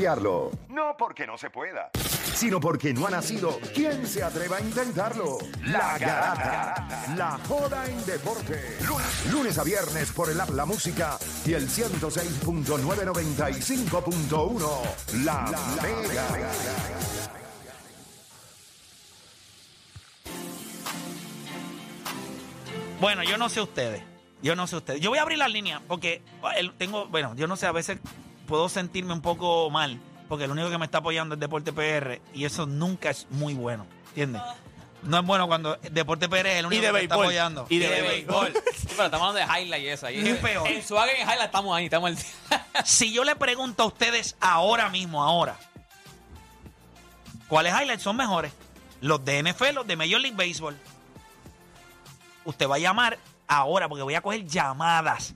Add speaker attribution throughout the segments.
Speaker 1: copiarlo,
Speaker 2: No porque no se pueda.
Speaker 1: sino porque no ha nacido. ¿Quién se atreva a intentarlo? La garata. La joda en deporte. Lunes, lunes a viernes por el app La Música y el 106.995.1. La, Mega.
Speaker 3: Bueno, yo no sé ustedes. Yo no sé ustedes. Yo voy a abrir las líneas porque ah, el- tengo, bueno, yo no sé, a veces puedo sentirme un poco mal porque el único que me está apoyando es Deporte PR y eso nunca es muy bueno, ¿entiendes? No es bueno cuando Deporte PR es el único
Speaker 4: de
Speaker 3: que me está
Speaker 4: béisbol.
Speaker 3: apoyando.
Speaker 4: Y
Speaker 5: Y de
Speaker 4: de
Speaker 5: béisbol. Sí, pero estamos hablando de highlight y eso. Ahí,
Speaker 3: Es peor.
Speaker 5: En Swagger y en highlight estamos ahí, estamos al día.
Speaker 3: Si yo le pregunto a ustedes ahora mismo, ahora, ¿cuáles highlights son mejores? Los de NFL, los de Major League Baseball. Usted va a llamar ahora porque voy a coger llamadas.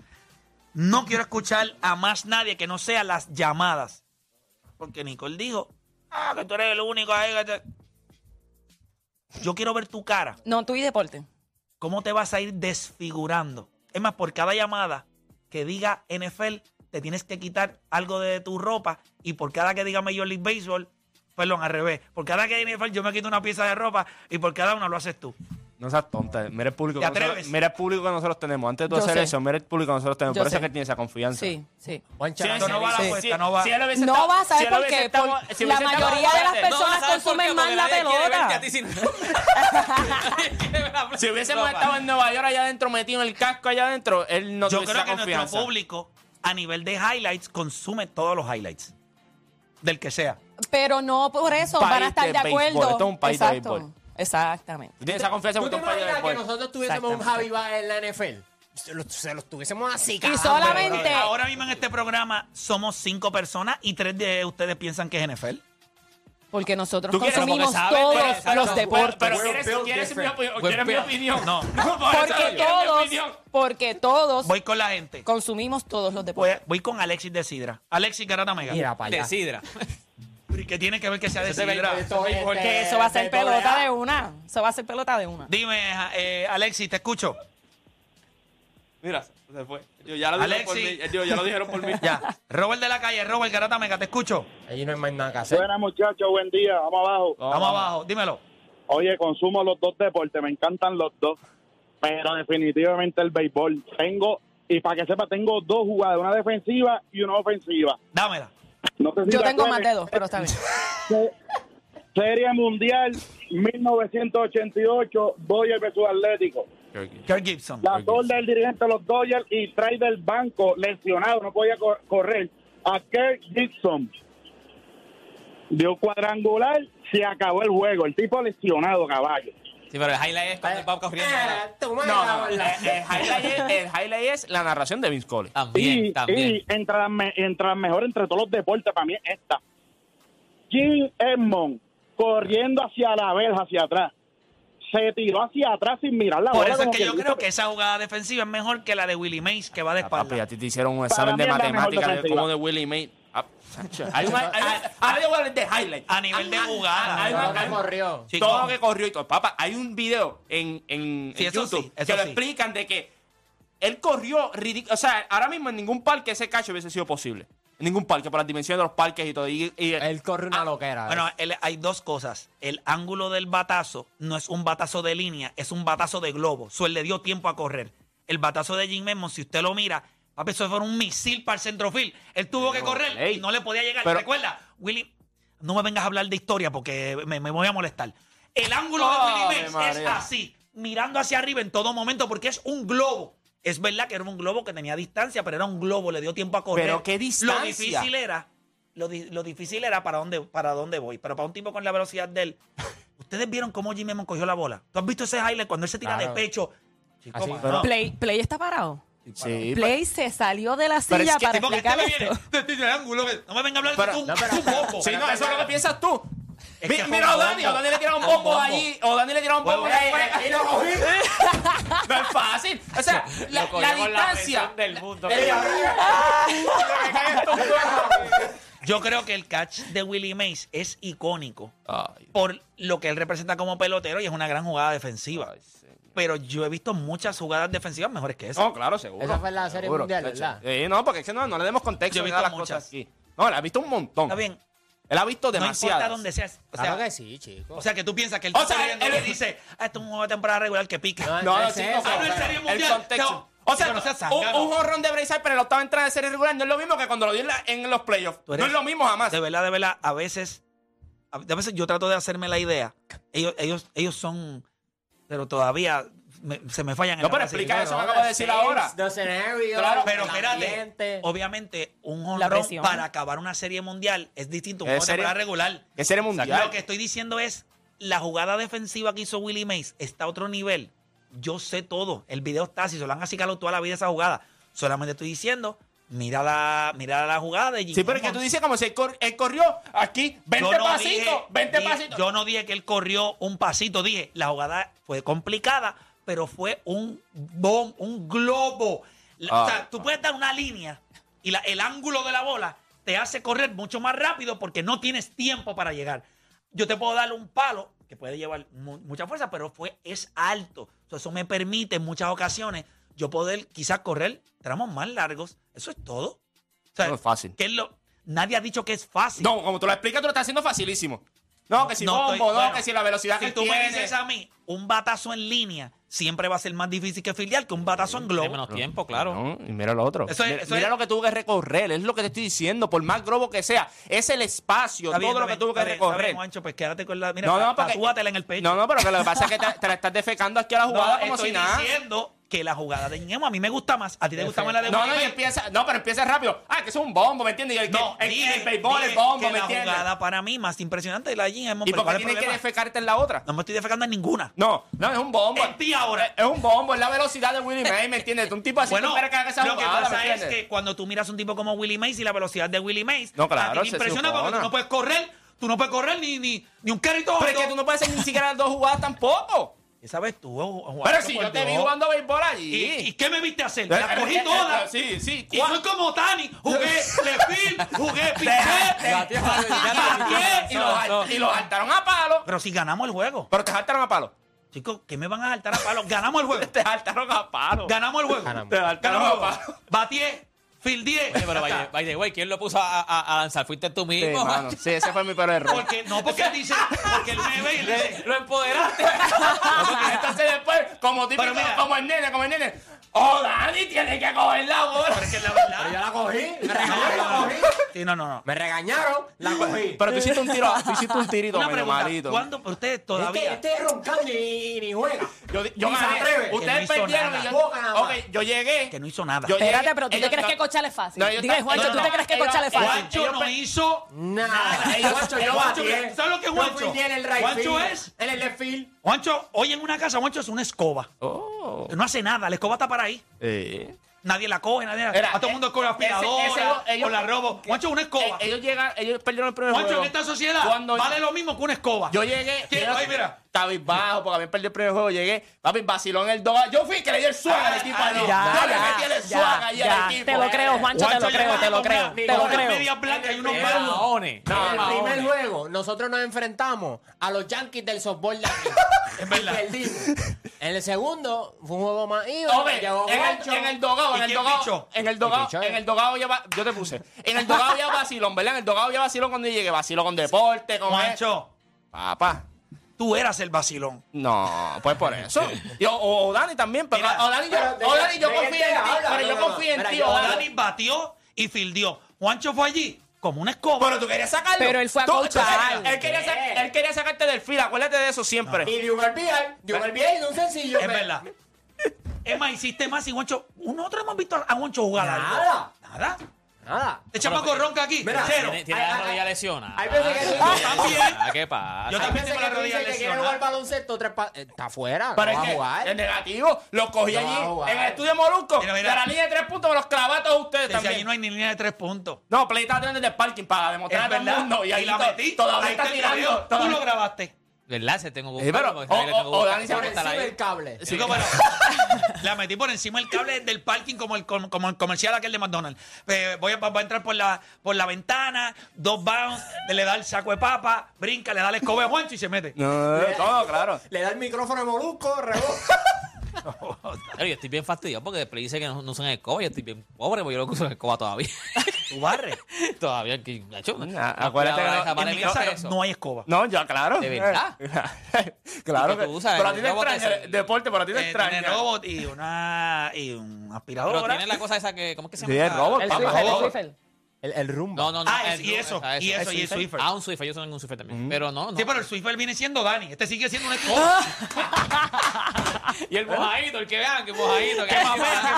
Speaker 3: No quiero escuchar a más nadie que no sea las llamadas. Porque Nicole dijo, ah, que tú eres el único ahí. que te-". Yo quiero ver tu cara.
Speaker 6: No, tú y deporte.
Speaker 3: ¿Cómo te vas a ir desfigurando? Es más, por cada llamada que diga NFL, te tienes que quitar algo de tu ropa. Y por cada que diga Major League Baseball, perdón, al revés. Por cada que diga NFL, yo me quito una pieza de ropa y por cada una lo haces tú.
Speaker 4: No seas tonta. Mira el público,
Speaker 3: ¿Te
Speaker 4: que nosotros,
Speaker 3: atreves?
Speaker 4: mira el público que nosotros tenemos. Antes de tú
Speaker 6: Yo
Speaker 4: hacer
Speaker 6: sé.
Speaker 4: eso, mira el público que nosotros tenemos.
Speaker 6: Yo
Speaker 4: Por eso
Speaker 6: sé.
Speaker 4: es que tienes esa confianza.
Speaker 6: Sí, sí.
Speaker 3: Esto no va a la
Speaker 6: sí.
Speaker 3: apuesta, no va.
Speaker 4: él hubiese
Speaker 6: No
Speaker 4: estado-
Speaker 6: vas a saber
Speaker 4: si él
Speaker 6: por
Speaker 4: hubiese
Speaker 6: qué,
Speaker 4: estado-
Speaker 6: por-
Speaker 4: si
Speaker 6: la
Speaker 4: hubiese estado-
Speaker 6: mayoría de las
Speaker 5: No,
Speaker 6: personas
Speaker 5: ¿sabes por
Speaker 6: consumen
Speaker 5: qué?
Speaker 6: más
Speaker 5: Porque
Speaker 6: la
Speaker 5: nadie quiere verte a
Speaker 6: pelota.
Speaker 5: ti sin- Nadie quiere ver la
Speaker 4: Si hubiésemos
Speaker 5: ropa.
Speaker 4: estado en Nueva York allá adentro, metido en el casco allá adentro, él no
Speaker 3: yo
Speaker 4: tuviese
Speaker 3: creo
Speaker 4: esa
Speaker 3: que
Speaker 4: confianza.
Speaker 3: nuestro público, a nivel de highlights, consume todos los highlights. Del que sea.
Speaker 6: Pero no por eso
Speaker 4: País
Speaker 6: van a estar
Speaker 4: de
Speaker 6: de acuerdo.
Speaker 4: béisbol. Esto es un país de
Speaker 6: Exacto.
Speaker 4: béisbol.
Speaker 6: Exactamente.
Speaker 4: Tú tienes esa confianza
Speaker 7: ¿Tú
Speaker 4: con
Speaker 7: te
Speaker 4: tu compañero
Speaker 7: imaginas
Speaker 4: de
Speaker 7: que
Speaker 4: pueblo.
Speaker 7: nosotros tuviésemos un Javi
Speaker 4: Exactamente.
Speaker 7: Baez en la NFL? Se los, se los tuviésemos así,
Speaker 6: Y
Speaker 7: caramba.
Speaker 6: solamente.
Speaker 3: Ahora mismo en este programa somos cinco personas y tres de ustedes piensan que es NFL.
Speaker 6: Porque nosotros
Speaker 4: Tú quieres,
Speaker 6: consumimos
Speaker 5: porque sabes,
Speaker 6: todos
Speaker 5: pero- pero-
Speaker 6: los deportes.
Speaker 4: Pero
Speaker 7: We're
Speaker 4: quieres,
Speaker 7: built
Speaker 4: quieres mi,
Speaker 7: different.
Speaker 4: opinión,
Speaker 5: We're
Speaker 4: quieres mi
Speaker 5: built-
Speaker 4: opinión.
Speaker 3: No.
Speaker 4: por eso
Speaker 6: porque
Speaker 4: quieres mi
Speaker 6: todos,
Speaker 4: opinión.
Speaker 6: porque todos
Speaker 3: Voy con la gente.
Speaker 6: consumimos todos los deportes.
Speaker 3: Voy, voy con Alexis de Sidra. Alexis Garata Mega.
Speaker 7: Mira para
Speaker 5: De
Speaker 7: allá.
Speaker 5: sidra.
Speaker 3: ¿Y ¿Qué tiene que ver que sea de
Speaker 5: Eso te ve-
Speaker 3: sidra?
Speaker 5: esto es
Speaker 7: Porque
Speaker 6: Que
Speaker 5: porque-
Speaker 6: eso va a ser
Speaker 7: de
Speaker 6: pelota
Speaker 7: doble A.
Speaker 6: de una. Eso va a ser pelota de una.
Speaker 3: Dime, eh, Alexis, te escucho.
Speaker 4: Mira, se fue. Yo ya lo dijeron por
Speaker 3: Alexis.
Speaker 4: mí. Yo ya lo dijeron por mí.
Speaker 3: Ya. Robert de la calle, Robert Garata Mega, te escucho.
Speaker 7: Allí no hay más nada que hacer.
Speaker 8: Buenas muchachos, buen día, vamos abajo.
Speaker 3: Vamos abajo, dímelo.
Speaker 8: Oye, consumo los dos deportes, me encantan los dos, pero definitivamente el béisbol. Tengo, y para que sepa, tengo dos jugadas, una defensiva y una ofensiva.
Speaker 3: Dámela.
Speaker 8: No sé si
Speaker 6: Yo
Speaker 8: te
Speaker 6: tengo más
Speaker 8: acuerdas,
Speaker 6: de dos, pero está bien.
Speaker 8: Serie Mundial 1988, Dodgers versus Atlético.
Speaker 3: Kirk Gibson.
Speaker 8: La torda del dirigente de los Dodgers y trae del banco lesionado, no podía cor- correr. A Kirk Gibson dio cuadrangular, se acabó el juego. El tipo lesionado, caballo.
Speaker 5: Sí, pero el highlight es cuando el papá corriendo.
Speaker 6: Eh.
Speaker 5: ¿verdad?
Speaker 7: Ah, tú me
Speaker 4: No, no,
Speaker 7: grabas
Speaker 4: el,
Speaker 7: la-
Speaker 4: el highlight es, el highlight es la narración de Vince Cole.
Speaker 5: También,
Speaker 8: y,
Speaker 5: también.
Speaker 8: y entre las me- entre las mejores entre todos los deportes para mí es esta. Jim Edmond corriendo hacia la verja, hacia atrás. Se tiró hacia atrás sin mirar la
Speaker 3: Por
Speaker 8: bola,
Speaker 3: eso es
Speaker 8: como
Speaker 3: que yo
Speaker 8: dice,
Speaker 3: creo que esa jugada defensiva es mejor que la de Willie Mays, que va de
Speaker 4: Ah, Papi, a
Speaker 3: espalda.
Speaker 4: ti te hicieron un
Speaker 8: Para
Speaker 4: examen
Speaker 8: mí
Speaker 4: de
Speaker 8: es la mejor
Speaker 4: matemáticas de-
Speaker 8: defensiva.
Speaker 4: como de Willie May. Ah, chacho. Hay un- hay un- Ahora yo voy a hablar de highlight.
Speaker 3: A nivel de
Speaker 4: Ah,
Speaker 3: jugada.
Speaker 4: ah,
Speaker 7: Todo lo que corrió.
Speaker 3: Chico.
Speaker 4: Todo lo que corrió y todo. Papá, hay un video en, en,
Speaker 3: Sí,
Speaker 4: en
Speaker 3: eso
Speaker 4: YouTube
Speaker 3: sí, eso
Speaker 4: que lo
Speaker 3: sí.
Speaker 4: explican de que él corrió ridículo. O sea, ahora mismo en ningún parque ese cacho hubiese sido posible. En ningún parque, por las dimensiones de los parques y todo. Y, y-
Speaker 7: Él corre
Speaker 4: Ah,
Speaker 7: una loquera. eh.
Speaker 3: Bueno, el- hay dos cosas. El ángulo del batazo no es un batazo de línea, es un batazo de globo. Eso él le dio tiempo a correr. El batazo de Jim Edmonds, si usted lo mira, papi, eso fue un misil para el centrofield. Él tuvo que correr
Speaker 4: ey.
Speaker 3: y no le podía llegar.
Speaker 4: Pero-
Speaker 3: Recuerda, Willy, no me vengas a hablar de historia porque me, me voy a molestar. El ángulo de
Speaker 4: Ave
Speaker 3: Willy Mays es
Speaker 4: María.
Speaker 3: así, mirando hacia arriba en todo momento porque es un globo. Es verdad que era un globo que tenía distancia, pero era un globo, le dio tiempo a correr.
Speaker 4: Pero, ¿qué
Speaker 3: Lo
Speaker 4: distancia?
Speaker 3: difícil difícil era, lo, di- lo difícil era para dónde, para dónde voy. Pero para un tipo con la velocidad de él, ustedes vieron cómo Jimmy Edmond cogió la bola. ¿Tú has visto ese highlight cuando él se tira
Speaker 7: Claro.
Speaker 3: de pecho? Chico,
Speaker 7: Así,
Speaker 3: mano.
Speaker 4: pero-
Speaker 6: Play, Play está parado.
Speaker 4: sí,
Speaker 7: pues,
Speaker 4: pues.
Speaker 6: Play se salió de la
Speaker 3: Pero
Speaker 6: silla para
Speaker 3: tipo, que este
Speaker 6: explicar
Speaker 3: me
Speaker 6: esto.
Speaker 3: viene desde el ángulo, que- no me venga a hablar
Speaker 4: Pero-
Speaker 3: de un,
Speaker 4: no,
Speaker 3: un bombo.
Speaker 4: Sí, no, eso es lo que piensas tú.
Speaker 3: Es
Speaker 4: Mi-
Speaker 3: que fue
Speaker 4: mira a
Speaker 3: un
Speaker 4: Dani,
Speaker 3: bombo.
Speaker 4: o Dani le tiraron un
Speaker 3: Fue un
Speaker 4: bombo
Speaker 3: bombo.
Speaker 4: allí, o Dani le tiraron un bombo
Speaker 3: Fue-
Speaker 4: ahí, ahí lo cogí. No es fácil. O sea, la,
Speaker 5: cogió
Speaker 4: la
Speaker 5: con la
Speaker 4: distancia.
Speaker 5: presión del mundo.
Speaker 3: Yo creo que el catch de Willie Mays es icónico por lo que él representa como pelotero y es una gran jugada defensiva. Pero yo he visto muchas jugadas defensivas mejores que esa.
Speaker 4: No, claro, seguro.
Speaker 7: Esa fue la Serie Mundial, ¿verdad?
Speaker 4: Eh, no, porque es que no, no le demos contexto
Speaker 3: Yo he
Speaker 4: ni
Speaker 3: visto
Speaker 4: nada a las
Speaker 3: muchas.
Speaker 4: cosas aquí. No, él ha visto un montón.
Speaker 3: Está bien.
Speaker 4: Él ha visto
Speaker 3: No importa
Speaker 4: demasiadas.
Speaker 3: dónde seas. O sea,
Speaker 7: Claro que sí, chico.
Speaker 3: o sea, que tú piensas que él
Speaker 4: O
Speaker 3: está
Speaker 4: sea,
Speaker 3: viendo
Speaker 4: él-
Speaker 3: que
Speaker 4: él-
Speaker 3: dice, ah, esto es un juego de temporada regular que pica.
Speaker 7: No,
Speaker 4: No, no,
Speaker 7: es
Speaker 4: sí,
Speaker 7: eso.
Speaker 3: Ah, no, en serie mundial.
Speaker 4: El contexto.
Speaker 3: No.
Speaker 4: O sea,
Speaker 3: Chico, no seas
Speaker 4: un,
Speaker 3: zángano.
Speaker 4: un jorrón de Brayside, pero en la octava entrada de serie regular no es lo mismo que cuando lo dio en, la- en los playoffs.
Speaker 3: Tú
Speaker 4: No
Speaker 3: eres-
Speaker 4: es lo mismo jamás.
Speaker 3: De verdad, de verdad, a veces, a a veces yo trato de hacerme la idea. Ellos, ellos, ellos son, pero todavía me- se me fallan en
Speaker 4: No,
Speaker 3: la
Speaker 4: pero
Speaker 3: base.
Speaker 4: explica eso que acabo de decir ahora. Claro,
Speaker 3: Pero
Speaker 7: el
Speaker 3: espérate,
Speaker 7: ambiente.
Speaker 3: obviamente un
Speaker 6: La
Speaker 3: honrón
Speaker 6: presión.
Speaker 3: para acabar una serie mundial es distinto a un
Speaker 4: Es
Speaker 3: juego de
Speaker 4: serie-
Speaker 3: temporada regular.
Speaker 4: Es serie mundial.
Speaker 3: Lo que estoy diciendo es, la jugada defensiva que hizo Willie Mays está a otro nivel. Yo sé todo. El video está, si se lo han acicalado toda la vida esa jugada. Solamente estoy diciendo, mira la, mira la jugada de Jim
Speaker 4: Sí, pero es que tú
Speaker 3: Edmonds.
Speaker 4: dices como si él, cor- él corrió aquí 20
Speaker 3: Yo no
Speaker 4: pasitos,
Speaker 3: dije-
Speaker 4: 20
Speaker 3: dije-
Speaker 4: pasitos.
Speaker 3: Yo no dije que él corrió un pasito, dije, la jugada fue complicada, pero fue un bom, un globo. La- o sea,
Speaker 4: Ah.
Speaker 3: tú puedes dar una línea y la- el ángulo de la bola te hace correr mucho más rápido porque no tienes tiempo para llegar. Yo te puedo dar un palo que puede llevar mu- mucha fuerza, pero fue, es alto. So, eso me permite en muchas ocasiones yo poder quizás correr tramos más largos. Eso es todo. O sea,
Speaker 4: No es fácil.
Speaker 3: que es lo- nadie ha dicho que es fácil.
Speaker 4: No, como tú lo explicas, tú lo estás haciendo facilísimo. No, que si
Speaker 3: No,
Speaker 4: bombo,
Speaker 3: estoy-
Speaker 4: no,
Speaker 3: bueno,
Speaker 4: que si la velocidad
Speaker 3: Si
Speaker 4: que
Speaker 3: tú
Speaker 4: tiene.
Speaker 3: me dices a mí, un batazo en línea siempre va a ser más difícil que filial que un batazo en
Speaker 5: Tiene
Speaker 3: globo.
Speaker 5: menos tiempo, claro.
Speaker 4: No, y mira lo otro.
Speaker 3: Eso es-
Speaker 4: mira
Speaker 3: eso
Speaker 4: mira
Speaker 3: es-
Speaker 4: lo que tuvo que recorrer, es lo que te estoy diciendo, por más globo que sea, es el espacio,
Speaker 3: Está
Speaker 4: todo
Speaker 3: bien,
Speaker 4: lo
Speaker 3: está
Speaker 4: que
Speaker 3: bien,
Speaker 4: tuvo que
Speaker 3: está bien, está bien,
Speaker 4: recorrer.
Speaker 3: Juancho, pues quédate con la. Mira,
Speaker 4: No,
Speaker 3: no,
Speaker 4: no, porque-
Speaker 3: en el pecho.
Speaker 4: No, no, pero que lo que pasa es que te, te la estás defecando aquí a la
Speaker 3: No,
Speaker 4: jugada como
Speaker 3: estoy
Speaker 4: si nada.
Speaker 3: diciendo que la jugada de Ñemo a mí me gusta más. A ti te gusta más la de
Speaker 4: No, no,
Speaker 3: Willy
Speaker 4: y
Speaker 3: Mays?
Speaker 4: empieza, no, pero empieza rápido. Ah, que eso es un bombo, ¿me entiendes? Y el,
Speaker 3: No,
Speaker 4: el, el-
Speaker 3: dije-
Speaker 4: el béisbol, el
Speaker 3: dije
Speaker 4: bombo,
Speaker 3: que
Speaker 4: ¿me
Speaker 3: la
Speaker 4: entiendes?
Speaker 3: jugada para mí más impresionante es la de Jim Edmonds,
Speaker 4: ¿Y
Speaker 3: pero
Speaker 4: por
Speaker 3: ¿cuál
Speaker 4: qué
Speaker 3: es el
Speaker 4: tienes que
Speaker 3: problema?
Speaker 4: defecarte en la otra?
Speaker 3: No me estoy defecando en ninguna.
Speaker 4: No, no, es un bombo.
Speaker 3: En ti ahora.
Speaker 4: Es un bombo, es la velocidad de Willie May, ¿me entiendes? Un tipo así
Speaker 3: Bueno,
Speaker 4: tú esperas que haga esa
Speaker 3: lo que
Speaker 4: jugada, ¿me
Speaker 3: pasa es
Speaker 4: entiendes?
Speaker 3: que cuando tú miras un tipo como Willie Mays y la velocidad de Willie Mays,
Speaker 4: No, claro,
Speaker 3: a ti te
Speaker 4: se
Speaker 3: impresiona porque
Speaker 4: supone.
Speaker 3: tú no puedes correr, tú no puedes correr ni, ni, ni un carrito.
Speaker 4: Pero es que tú no puedes hacer ni siquiera las dos jugadas tampoco.
Speaker 3: ¿Qué sabes tú? Juan?
Speaker 4: Pero si yo te vi jugando béisbol
Speaker 3: ¿Y, y
Speaker 4: allí.
Speaker 3: qué me viste hacer?
Speaker 4: Eh,
Speaker 3: Las
Speaker 4: eh,
Speaker 3: cogí
Speaker 4: eh,
Speaker 3: todas.
Speaker 4: Sí, sí.
Speaker 3: Y soy como Tani. Jugué lefil, jugué
Speaker 4: Deja-
Speaker 3: piché.
Speaker 4: Gateé y los jal- Y los saltaron a palo.
Speaker 3: Pero si ganamos el juego.
Speaker 4: Pero te saltaron a palo.
Speaker 3: Chicos, ¿qué me van a saltar a palos? Ganamos el juego.
Speaker 4: Te saltaron a palo.
Speaker 3: Ganamos el juego.
Speaker 7: Ganamos.
Speaker 4: Te saltaron
Speaker 3: Ganamos el
Speaker 4: a
Speaker 3: juego.
Speaker 4: palo.
Speaker 3: Batié, fildié.
Speaker 5: Oye, Pero, by the- by the way, ¿quién lo puso a, a- a lanzar? Fuiste tú
Speaker 4: Sí,
Speaker 5: mismo,
Speaker 4: mano,
Speaker 5: macho.
Speaker 4: sí, ese fue mi peor error.
Speaker 3: Porque, no, porque él dice, porque él me ve y le dice,
Speaker 5: Lo empoderaste.
Speaker 4: Entonces después, como típico,
Speaker 3: Pero mira.
Speaker 4: como el nene, como el nene. ¡Oh, Dani, tienes que coger la bola!
Speaker 3: porque la verdad.
Speaker 7: Yo la cogí, me
Speaker 3: No, no,
Speaker 7: regañaron, la
Speaker 3: no.
Speaker 7: cogí.
Speaker 3: Sí, no, no, no.
Speaker 7: Me regañaron, este, la cogí.
Speaker 4: Pero tú hiciste un tiro, tú hiciste un tirito
Speaker 3: Una
Speaker 4: medio
Speaker 3: pregunta,
Speaker 4: malito.
Speaker 3: ¿cuándo pero ustedes
Speaker 7: Es que
Speaker 3: todavía?
Speaker 7: este es roncando y ni juega.
Speaker 4: Yo, yo
Speaker 7: Ni
Speaker 4: me
Speaker 7: se
Speaker 4: agarré.
Speaker 7: atreve, que
Speaker 3: no
Speaker 4: Ustedes
Speaker 3: hizo
Speaker 4: perdieron
Speaker 3: nada.
Speaker 4: y yo,
Speaker 7: Boca nada más.
Speaker 4: Ok, yo llegué.
Speaker 3: Que no hizo nada.
Speaker 4: Yo
Speaker 6: Espérate,
Speaker 4: llegué,
Speaker 6: pero ¿tú te
Speaker 4: ellos
Speaker 6: crees
Speaker 4: no-
Speaker 6: que cochar es fácil?
Speaker 4: No, ellos
Speaker 6: Dile,
Speaker 4: no-
Speaker 6: Juancho,
Speaker 4: no,
Speaker 6: ¿tú
Speaker 4: no,
Speaker 6: te crees que
Speaker 4: ellos-
Speaker 6: cochar es fácil?
Speaker 3: Juancho no hizo
Speaker 7: Nada. Ey, Juancho, yo
Speaker 3: Juancho,
Speaker 7: batié.
Speaker 3: ¿sabes lo que es
Speaker 7: Yo
Speaker 3: Juancho?
Speaker 7: fui bien en el right
Speaker 3: Juancho
Speaker 7: field,
Speaker 3: es-
Speaker 7: En el left field.
Speaker 3: Juancho, hoy en una casa, Juancho es una escoba.
Speaker 4: Oh.
Speaker 3: No hace nada, la escoba está para ahí.
Speaker 4: Eh.
Speaker 3: Nadie la coge, nadie la...
Speaker 4: Era-
Speaker 3: a todo el mundo con la
Speaker 4: ese- ese-
Speaker 3: aspiradora,
Speaker 4: ellos-
Speaker 3: con la robo. Juancho es una escoba.
Speaker 4: Eh, ellos llegan, ellos perdieron el primer
Speaker 3: Juancho,
Speaker 4: juego.
Speaker 3: en esta sociedad
Speaker 4: Cuando-
Speaker 3: vale lo mismo que una escoba.
Speaker 4: Yo llegué.
Speaker 3: ¿Qué? Ay, mira.
Speaker 4: bajo, porque habían perdido el primer juego. Llegué. Papi, vacilón el 2. Yo fui que le di el swag al equipo. ahí. yo le metí el swag ahí al equipo.
Speaker 6: Te lo creo, Juancho, te lo creo, te lo creo, te lo
Speaker 3: Con
Speaker 6: creo.
Speaker 3: media blanca y unos
Speaker 5: Era
Speaker 3: malos.
Speaker 5: maones.
Speaker 7: en el
Speaker 5: Era
Speaker 7: primer
Speaker 5: maones.
Speaker 7: juego, nosotros nos enfrentamos a los Yankees del softball de aquí.
Speaker 3: Es verdad.
Speaker 7: Y perdimos. En el segundo, fue un juego más ido.
Speaker 4: Ok,
Speaker 7: llegó
Speaker 4: en el,
Speaker 7: Juancho.
Speaker 4: en el dogado,
Speaker 3: ¿Y
Speaker 4: en el
Speaker 3: quién
Speaker 4: dogado,
Speaker 3: pichó?
Speaker 4: en el dogado,
Speaker 7: pichó,
Speaker 4: en
Speaker 7: eh?
Speaker 4: el dogado ya va, yo te puse, en el dogado ya vacilón, ¿verdad? En el dogado ya vacilón cuando llegué, vacilón con deporte, con
Speaker 3: Juancho,
Speaker 4: Papá,
Speaker 3: tú eras el vacilón.
Speaker 4: no, pues por eso. Y o, o Dani también, pero
Speaker 3: Mira,
Speaker 4: o Dani yo,
Speaker 7: pero de-
Speaker 4: o Dani yo
Speaker 7: de-
Speaker 4: confío
Speaker 7: de-
Speaker 4: en ti,
Speaker 7: habla,
Speaker 4: pero yo
Speaker 7: no, no,
Speaker 4: confío en
Speaker 7: mira,
Speaker 4: ti,
Speaker 7: yo-
Speaker 4: o
Speaker 3: Dani
Speaker 4: Dani.
Speaker 3: batió y fildió. Juancho fue allí como una escoba.
Speaker 4: Pero tú querías sacarlo.
Speaker 6: Pero él fue a
Speaker 4: Tú-
Speaker 6: coachar.
Speaker 4: entonces, Él quería, sa- él quería sacarte del fila, acuérdate de eso siempre.
Speaker 7: Y Diogo Biel, Diogo Biel, no sé si yo.
Speaker 3: es verdad. Es más, hiciste más y Juancho. Nosotros hemos visto a Juancho jugar
Speaker 7: Nada.
Speaker 3: algo. Nada.
Speaker 7: Nada.
Speaker 3: Te chamaco ronca aquí.
Speaker 7: mira,
Speaker 3: cero.
Speaker 5: Tiene, tiene
Speaker 7: Ay,
Speaker 5: la
Speaker 7: ay,
Speaker 5: rodilla
Speaker 7: ay.
Speaker 5: lesionada.
Speaker 7: Hay veces que-
Speaker 5: Ah,
Speaker 3: también.
Speaker 5: ah, ¿Qué pasa?
Speaker 3: Yo
Speaker 7: Hay
Speaker 3: también
Speaker 7: veces
Speaker 3: tengo la
Speaker 7: que tú
Speaker 3: rodilla
Speaker 7: dices que quiere jugar
Speaker 3: lesionada.
Speaker 7: baloncesto, tres pa- eh, Está afuera,
Speaker 4: Pero
Speaker 7: no va
Speaker 4: es
Speaker 7: a
Speaker 4: que
Speaker 7: jugar.
Speaker 4: es negativo. Los cogí
Speaker 7: No va a
Speaker 4: allí
Speaker 7: jugar.
Speaker 4: en el estudio Molusco.
Speaker 3: Mira, mira.
Speaker 4: De la línea de tres puntos me los clavatos ustedes
Speaker 3: Si
Speaker 4: también.
Speaker 3: allí no hay ni línea de tres puntos.
Speaker 4: No, Play está tirando desde el parking para demostrar
Speaker 3: Es
Speaker 4: a todo el
Speaker 3: verdad.
Speaker 4: mundo. Y ahí
Speaker 3: la
Speaker 4: to-
Speaker 3: metí.
Speaker 4: Todavía
Speaker 3: Ahí
Speaker 4: está
Speaker 3: el video.
Speaker 4: tirando.
Speaker 3: Tú
Speaker 4: todavía-
Speaker 3: lo grabaste.
Speaker 5: ¿Verdad? Se tengo que
Speaker 4: Sí, pero-
Speaker 5: buscarlo, porque
Speaker 4: o-
Speaker 5: le tengo que
Speaker 4: o- o
Speaker 5: buscar,
Speaker 4: Dani se
Speaker 5: tengo que
Speaker 7: Por
Speaker 5: estar
Speaker 7: encima
Speaker 5: ahí.
Speaker 7: el cable.
Speaker 3: Sí, como no. la metí por encima del cable del parking como el, com- como el comercial aquel de McDonald's. Eh, voy a, va a entrar por la, por la ventana, dos bounce, le da el saco de papa, brinca, le da el escobe a Juancho y se mete.
Speaker 4: No, Eh, todo, claro.
Speaker 7: Le da el micrófono a Molusco, rebota.
Speaker 5: Claro, yo estoy bien fastidiado porque después dice que no, no usan escoba. Yo estoy bien pobre porque yo no uso escoba todavía.
Speaker 3: Tú barres.
Speaker 5: Todavía aquí. Nacho,
Speaker 4: Mm,
Speaker 5: no-
Speaker 4: a-
Speaker 5: no, cuidado,
Speaker 4: acuérdate que no-
Speaker 5: deja, vale,
Speaker 3: en mi
Speaker 5: mira,
Speaker 3: casa
Speaker 5: eso.
Speaker 3: no hay escoba.
Speaker 4: No, ya, claro.
Speaker 5: ¿De verdad?
Speaker 4: claro
Speaker 5: Y que
Speaker 4: que.
Speaker 5: tú usas,
Speaker 4: pero a
Speaker 5: el
Speaker 4: ti te
Speaker 5: robot
Speaker 4: extraña.
Speaker 5: ese.
Speaker 4: el Deporte, pero a ti te
Speaker 3: Eh,
Speaker 4: extraña.
Speaker 3: tiene robot y una, y un aspiradora.
Speaker 5: Pero tiene la cosa esa que. ¿Cómo es que se
Speaker 4: Sí,
Speaker 5: llama?
Speaker 4: el robot,
Speaker 6: El
Speaker 4: papá,
Speaker 6: Swiffer, el
Speaker 4: robot.
Speaker 6: Swiffer.
Speaker 7: El, el rumbo.
Speaker 5: No, no, no.
Speaker 3: Ah, es-
Speaker 5: el-
Speaker 3: y eso,
Speaker 5: esa,
Speaker 3: y
Speaker 5: esa,
Speaker 3: eso,
Speaker 5: el
Speaker 3: y el Swiffer.
Speaker 5: Ah, un Swiffer. Yo soy un Swiffer también. Pero no, no.
Speaker 3: Sí, pero el Swiffer viene siendo Dani. Este sigue siendo una escoba.
Speaker 5: Y el mojadito, el que vean, que mojadito.
Speaker 3: Que mapea, que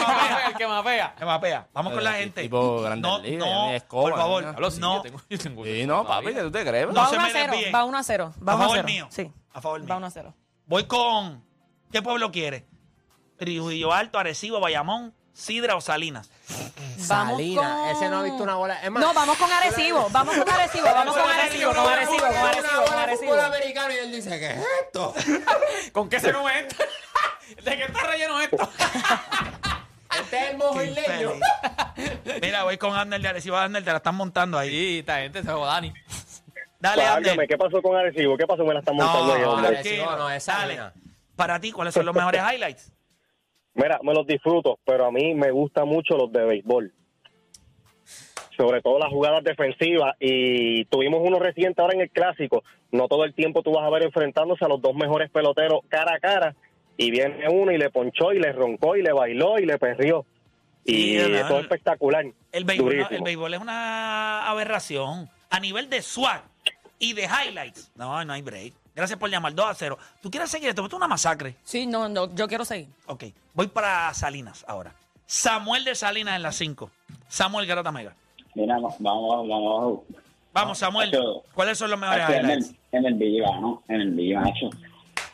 Speaker 3: mapea.
Speaker 5: El que mapea.
Speaker 3: Que mapea. Vamos con la gente.
Speaker 4: Tipo Grandes
Speaker 3: no,
Speaker 4: Ligas,
Speaker 3: no,
Speaker 4: tiene escoba,
Speaker 3: por favor,
Speaker 4: ¿no?
Speaker 5: Hablo sí,
Speaker 3: no.
Speaker 5: yo tengo- yo tengo-
Speaker 4: Sí, no, papi, que tú te crees.
Speaker 3: No
Speaker 6: Va
Speaker 3: se
Speaker 6: 1 a
Speaker 3: me
Speaker 6: 0.
Speaker 3: desvíen.
Speaker 6: Va 1 a 0. Va
Speaker 3: a
Speaker 6: 1 a
Speaker 3: favor
Speaker 6: 0.
Speaker 3: mío.
Speaker 6: Sí.
Speaker 3: A favor mío.
Speaker 6: Va 1 a 0.
Speaker 3: Voy con. ¿Qué pueblo quiere? Trujillo Alto, Arecibo, Bayamón, Sidra o Salinas.
Speaker 6: Vamos
Speaker 7: Salina,
Speaker 6: con-
Speaker 7: ese no ha visto una bola. Es más,
Speaker 6: No, vamos con Arecibo. Vamos con Arecibo. Vamos con Arecibo. Con Arecibo. Con
Speaker 7: Una
Speaker 6: Arecibo. Con
Speaker 7: bola de
Speaker 6: Arecibo.
Speaker 7: fútbol americano y él dice, "Eh, ¿qué es esto?
Speaker 5: ¿Con qué se come esto? ¿De qué está relleno esto?
Speaker 7: Este es el mojo isleño.
Speaker 3: Mira, voy con Ander de Arecibo. Ander, te la están montando ahí.
Speaker 5: Sí, esta gente se joda, Dani.
Speaker 3: Dale, Ander.
Speaker 2: ¿qué pasó con Arecibo? ¿Qué pasó? Me la están montando ahí,
Speaker 3: No,
Speaker 2: hombre.
Speaker 7: Arecibo no, es
Speaker 3: Dale.
Speaker 7: Salinas.
Speaker 3: Para ti, ¿cuáles son los mejores highlights?
Speaker 2: Mira, me los disfruto, pero a mí me gustan mucho los de béisbol. Sobre todo las jugadas defensivas. Y tuvimos uno reciente ahora en el clásico. No todo el tiempo tú vas a ver enfrentándose a los dos mejores peloteros cara a cara. Y viene uno y le ponchó y le roncó y le bailó y le perrió.
Speaker 3: Sí,
Speaker 2: Y
Speaker 3: es verdad.
Speaker 2: eso es espectacular.
Speaker 3: El béisbol, no,
Speaker 2: Durísimo.
Speaker 3: el béisbol es una aberración. A nivel de swag y de highlights. No, no hay break. Gracias por llamar 2 a 0. ¿Tú quieres seguir esto? Esto es una masacre.
Speaker 6: Sí, no, no. Yo quiero seguir.
Speaker 3: Ok, voy para Salinas ahora. Samuel de Salinas en las 5. Samuel Garota Mega.
Speaker 9: Mira, vamos, vamos, vamos.
Speaker 3: Vamos,
Speaker 9: Ah,
Speaker 3: Samuel.
Speaker 9: Nacho.
Speaker 3: ¿Cuáles son los mejores
Speaker 9: Nacho, en el,
Speaker 3: highlights?
Speaker 9: en el Viva, ¿no? En el Viva, Nacho.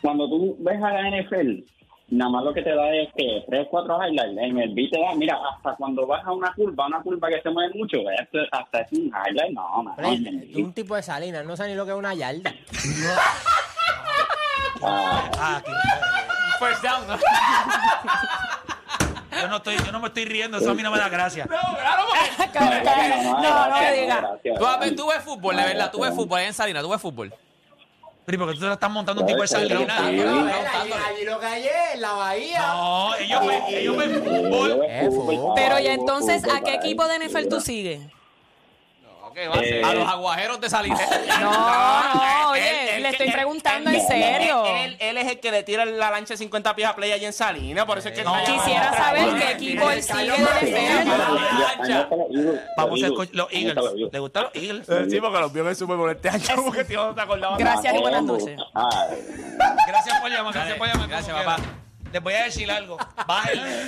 Speaker 9: Cuando tú ves a la NFL, nada más lo que te da es que tres, cuatro highlights. En el B te da, mira, hasta cuando vas a una curva, una curva que se mueve mucho, esto- hasta es un highlight, no, no.
Speaker 7: Pero
Speaker 9: en el
Speaker 7: es
Speaker 9: Viva.
Speaker 7: un tipo de Salinas, no sabe ni lo que es una yarda.
Speaker 9: Ah,
Speaker 3: Ah, qué joder.
Speaker 5: First down, ¿no?
Speaker 3: yo, no estoy, yo no me estoy riendo, eso a mí no me da gracia.
Speaker 6: Cabrón, cabrón. No, no me
Speaker 9: gracias,
Speaker 6: digas.
Speaker 9: gracias.
Speaker 5: Tú, ves- tú ves fútbol, de verdad. Tú ves fútbol ahí en Salinas, tú ves fútbol.
Speaker 3: Pero porque tú te lo estás montando un tipo de
Speaker 9: Claro,
Speaker 3: Salinas.
Speaker 9: claro,
Speaker 7: Pero, a
Speaker 9: Sí.
Speaker 7: ver, allí, allí lo que hay es la bahía.
Speaker 3: No, ellos ven, ellos ven
Speaker 9: Yo
Speaker 3: fútbol.
Speaker 9: veo fútbol,
Speaker 6: Pero
Speaker 9: yo
Speaker 6: ya
Speaker 9: veo
Speaker 6: entonces,
Speaker 9: fútbol,
Speaker 6: ¿a qué
Speaker 9: para
Speaker 6: equipo de
Speaker 9: ver,
Speaker 6: NFL tú
Speaker 9: mira.
Speaker 6: sigues?
Speaker 9: Eh,
Speaker 5: A los aguajeros de Salinas.
Speaker 6: No, no,
Speaker 4: Él-
Speaker 6: oye,
Speaker 4: él-
Speaker 6: le estoy
Speaker 4: él-
Speaker 6: preguntando
Speaker 4: él-
Speaker 6: en
Speaker 4: él-
Speaker 6: serio.
Speaker 4: Él, él es el que le tira la lancha de 50 pies a Play allí en Salinas, por eso es que
Speaker 3: No.
Speaker 4: está llamando.
Speaker 6: Quisiera saber qué equipo él sigue de NFL.
Speaker 3: Vamos a
Speaker 9: Vamos
Speaker 3: escuchar los Eagles. ¿Le gustan los Eagles?
Speaker 4: Eh, Sí, porque los vio en el Super Bowl este año, porque tío no te acordaba.
Speaker 6: Gracias y buenas noches.
Speaker 3: Gracias por llamar, gracias
Speaker 5: Dale,
Speaker 3: por llamar.
Speaker 5: gracias,
Speaker 3: como
Speaker 5: papá.
Speaker 3: quiera. Les voy a decir algo. Bájenle.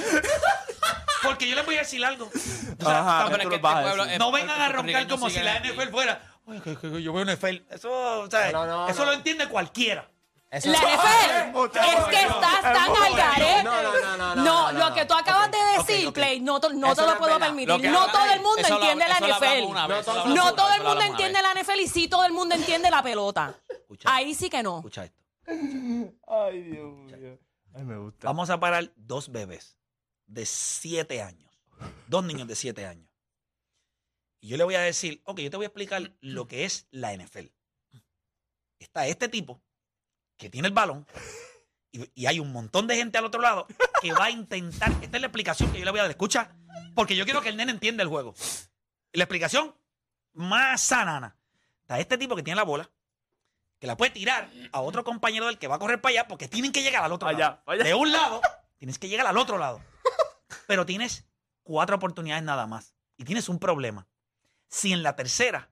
Speaker 3: Porque yo les voy a decir algo. O sea,
Speaker 4: Ajá,
Speaker 3: tampoco-
Speaker 5: Pero es que
Speaker 4: tú lo
Speaker 5: este
Speaker 4: vas a
Speaker 5: pueblo
Speaker 4: decir.
Speaker 5: es-
Speaker 3: No vengan a
Speaker 5: Puerto
Speaker 3: roncar
Speaker 5: Rico no
Speaker 3: como si
Speaker 5: sigue
Speaker 3: la
Speaker 5: la-
Speaker 3: NFL fuera. "Oye, que- que- que yo veo NFL. Eso, o sea,
Speaker 7: No, no, no,
Speaker 3: eso
Speaker 7: no.
Speaker 3: lo entiende cualquiera.
Speaker 7: Eso-
Speaker 6: La NFL es que estás tan al garete.
Speaker 7: No, no, no, no, no,
Speaker 6: No,
Speaker 7: no, no,
Speaker 6: lo que tú acabas de
Speaker 7: ok,
Speaker 6: decir,
Speaker 7: ok.
Speaker 6: Clay, no, to- no
Speaker 7: Eso
Speaker 6: te
Speaker 7: no
Speaker 6: lo
Speaker 7: es
Speaker 6: puedo
Speaker 7: verdad.
Speaker 6: permitir.
Speaker 5: Lo que
Speaker 6: no
Speaker 5: habla-
Speaker 6: todo el mundo
Speaker 5: eso lo-
Speaker 6: entiende
Speaker 5: eso lo
Speaker 6: la
Speaker 5: hablamos
Speaker 6: NFL.
Speaker 5: una vez,
Speaker 7: No
Speaker 5: eso lo
Speaker 7: todo-
Speaker 5: hablamos
Speaker 6: No
Speaker 5: una
Speaker 6: todo
Speaker 5: vez,
Speaker 6: el
Speaker 5: eso lo
Speaker 6: mundo
Speaker 5: hablamos una
Speaker 6: entiende
Speaker 5: vez.
Speaker 6: la NFL y sí todo el mundo entiende la pelota.
Speaker 3: Escucha,
Speaker 6: Ahí sí que no.
Speaker 3: escucha esto.
Speaker 4: Ay, Dios mío. Ay, me gusta.
Speaker 3: Vamos a parar dos bebés de siete años. Dos niños de siete años. Y yo le voy a decir, ok, yo te voy a explicar lo que es la NFL. Está este tipo que tiene el balón y, y hay un montón de gente al otro lado que va a intentar. Esta es la explicación que yo le voy a dar. Escucha, porque yo quiero que el nene entienda el juego. La explicación más sanana. Está este tipo que tiene la bola, que la puede tirar a otro compañero del que va a correr para allá porque tienen que llegar al otro
Speaker 4: Allá,
Speaker 3: lado.
Speaker 4: allá.
Speaker 3: De un lado, tienes que llegar al otro lado. Pero tienes cuatro oportunidades nada más. Y tienes un problema. Si en la tercera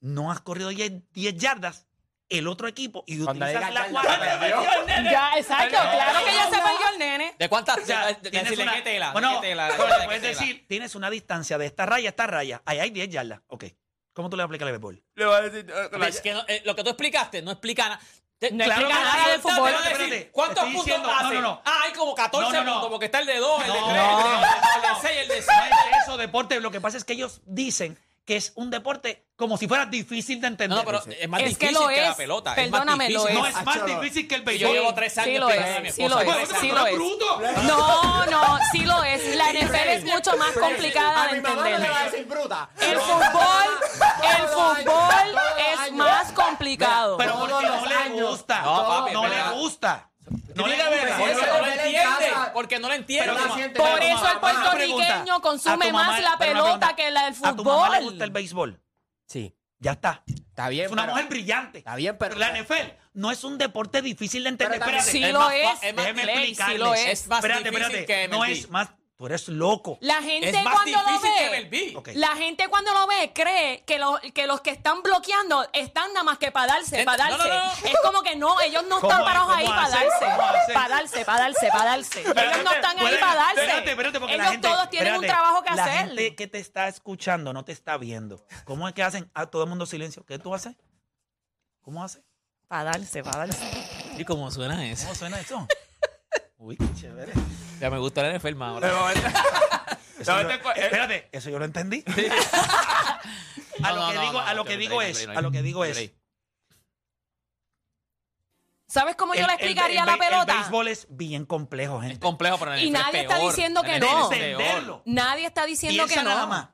Speaker 3: no has corrido 10 10 yardas, el otro equipo y
Speaker 7: Cuando
Speaker 3: utilizas
Speaker 7: diga
Speaker 3: la
Speaker 7: yardas,
Speaker 3: cuarta.
Speaker 7: perdió.
Speaker 6: Ya, exacto. Claro que ya se perdió el nene.
Speaker 5: ¿De cuántas?
Speaker 3: O sea,
Speaker 5: de- de-
Speaker 3: tienes
Speaker 5: decirle
Speaker 3: una-
Speaker 5: qué tela,
Speaker 3: Bueno,
Speaker 5: qué tela,
Speaker 3: pero
Speaker 5: qué
Speaker 3: le puedes
Speaker 5: tela.
Speaker 3: decir, tienes una distancia de esta raya a esta raya. Ahí hay 10 yardas. Ok. ¿Cómo tú le aplicas el béisbol?
Speaker 4: Le voy a decir. eh, con la-
Speaker 5: Es que no- eh, lo que tú explicaste no explica nada.
Speaker 6: No explica
Speaker 5: que
Speaker 6: nada de
Speaker 5: Te van a
Speaker 6: fútbol.
Speaker 5: decir,
Speaker 3: Espérate, espérate.
Speaker 5: ¿Cuántos
Speaker 3: Estoy
Speaker 5: puntos
Speaker 3: diciendo- no,
Speaker 5: hace?
Speaker 3: no, no.
Speaker 5: Ah, hay como 14
Speaker 3: No, no, no.
Speaker 5: puntos, porque está el de 2, el de
Speaker 3: No,
Speaker 5: 3,
Speaker 3: no,
Speaker 5: el de
Speaker 3: no.
Speaker 5: 6, el de 6.
Speaker 3: No es eso, deporte. Lo que pasa es que ellos dicen que es un deporte como si fuera difícil de
Speaker 5: No,
Speaker 3: entender.
Speaker 5: no, pero es más
Speaker 6: Es que
Speaker 5: difícil
Speaker 6: lo
Speaker 5: que, la
Speaker 6: es.
Speaker 5: pelota.
Speaker 6: Perdóname,
Speaker 5: es más difícil.
Speaker 6: lo
Speaker 3: No
Speaker 6: es.
Speaker 3: es más difícil que el
Speaker 5: Yo
Speaker 3: béisbol.
Speaker 5: llevo tres años
Speaker 6: Sí lo
Speaker 5: explicándole a mi
Speaker 6: es, sí lo
Speaker 5: esposa.
Speaker 6: es, sí lo es.
Speaker 3: bruto!
Speaker 6: No, no, sí lo es. La NFL es mucho más complicada
Speaker 7: A
Speaker 6: de
Speaker 7: mi mamá no le
Speaker 6: entender.
Speaker 7: va a decir bruta.
Speaker 6: El fútbol, el fútbol
Speaker 7: Todos los
Speaker 6: es
Speaker 7: años.
Speaker 6: más complicado.
Speaker 3: Pero porque
Speaker 7: Todos
Speaker 3: no
Speaker 7: los
Speaker 3: le
Speaker 7: años.
Speaker 3: gusta.
Speaker 5: No,
Speaker 3: No,
Speaker 5: papi,
Speaker 3: le
Speaker 5: espera.
Speaker 3: gusta.
Speaker 5: No
Speaker 4: Tiene
Speaker 5: le
Speaker 4: que haber-
Speaker 5: gusta,
Speaker 4: tiene
Speaker 5: porque
Speaker 4: que
Speaker 5: no lo
Speaker 4: haber
Speaker 5: entiende.
Speaker 7: casa.
Speaker 5: Porque no lo entiende.
Speaker 7: Pero la siente-
Speaker 5: Por-
Speaker 6: Por
Speaker 7: Pero,
Speaker 6: eso
Speaker 3: mamá,
Speaker 6: el
Speaker 3: una pregunta.
Speaker 6: puertorriqueño
Speaker 3: A tu
Speaker 6: consume
Speaker 3: mamá-
Speaker 6: más la
Speaker 3: pero una pregunta.
Speaker 6: pelota que la del
Speaker 3: ¿A tu mamá le gusta el
Speaker 6: fútbol.
Speaker 3: béisbol?
Speaker 7: Sí,
Speaker 3: Ya está.
Speaker 7: está bien.
Speaker 3: Es una
Speaker 7: pero-
Speaker 3: mujer brillante.
Speaker 7: Está bien, pero-
Speaker 3: La NFL no es un deporte difícil de entender.
Speaker 7: Pero también-
Speaker 3: Espérate.
Speaker 6: Sí
Speaker 7: Es
Speaker 6: lo
Speaker 7: más
Speaker 6: es.
Speaker 7: fa- es más
Speaker 3: Déjeme
Speaker 6: Clay, sí
Speaker 3: explicarle.
Speaker 6: lo es.
Speaker 5: más
Speaker 3: espérate,
Speaker 5: difícil
Speaker 3: espérate.
Speaker 5: que MLB.
Speaker 3: No es más. Tú eres loco.
Speaker 6: La
Speaker 5: Es
Speaker 6: gente
Speaker 5: más
Speaker 6: cuando lo
Speaker 5: difícil que
Speaker 6: ve.
Speaker 5: Melví.
Speaker 3: Ok.
Speaker 6: La gente cuando lo ve cree que, los que los que están bloqueando están nada más que para darse,
Speaker 5: Ent-
Speaker 6: para darse.
Speaker 5: no, no, no.
Speaker 6: Es como que no, ellos no
Speaker 3: ¿Cómo
Speaker 6: están
Speaker 3: es?
Speaker 6: parados ahí
Speaker 3: ¿Cómo
Speaker 6: para
Speaker 3: hacen? ¿Cómo
Speaker 6: darse,
Speaker 3: hacen?
Speaker 6: para darse, para darse, para darse. Ellos no están ahí
Speaker 3: Espérate,
Speaker 6: para darse.
Speaker 3: Espérate, espérate, porque la
Speaker 6: ellos
Speaker 3: gente-
Speaker 6: todos tienen un
Speaker 3: espérate,
Speaker 6: trabajo que
Speaker 3: la
Speaker 6: hacer.
Speaker 3: gente que te está escuchando no te está viendo. ¿Cómo es que hacen? A todo el mundo silencio. ¿Qué tú haces? ¿Cómo haces?
Speaker 6: Para darse, para darse.
Speaker 5: ¿Y cómo suena eso?
Speaker 3: ¿Cómo suena eso? Uy, qué chévere. Eso
Speaker 5: Ya me gusta la enferma ahora.
Speaker 4: No,
Speaker 3: yo-
Speaker 4: este co-
Speaker 3: espérate, eso yo lo entendí. A
Speaker 5: No,
Speaker 3: lo
Speaker 5: no,
Speaker 3: que
Speaker 5: no,
Speaker 3: digo,
Speaker 5: no,
Speaker 3: a lo
Speaker 5: no,
Speaker 3: que
Speaker 5: no,
Speaker 3: digo
Speaker 5: no,
Speaker 3: es,
Speaker 5: no, no,
Speaker 3: a lo que
Speaker 5: no,
Speaker 3: digo
Speaker 5: no,
Speaker 3: es.
Speaker 5: no,
Speaker 6: ¿Sabes cómo pues yo
Speaker 3: el-
Speaker 6: le
Speaker 3: el-
Speaker 6: explicaría
Speaker 3: el
Speaker 6: la
Speaker 3: be-
Speaker 6: pelota?
Speaker 3: El béisbol es bien complejo,
Speaker 5: Es
Speaker 3: gente.
Speaker 5: complejo, pero la NFL
Speaker 6: Y
Speaker 5: es
Speaker 6: nadie está
Speaker 5: peor.
Speaker 6: diciendo
Speaker 5: La
Speaker 6: que
Speaker 5: NFL
Speaker 6: no.
Speaker 5: es peor.
Speaker 3: Entenderlo.
Speaker 6: Nadie está diciendo
Speaker 3: Piensa
Speaker 6: que no.
Speaker 3: nada más.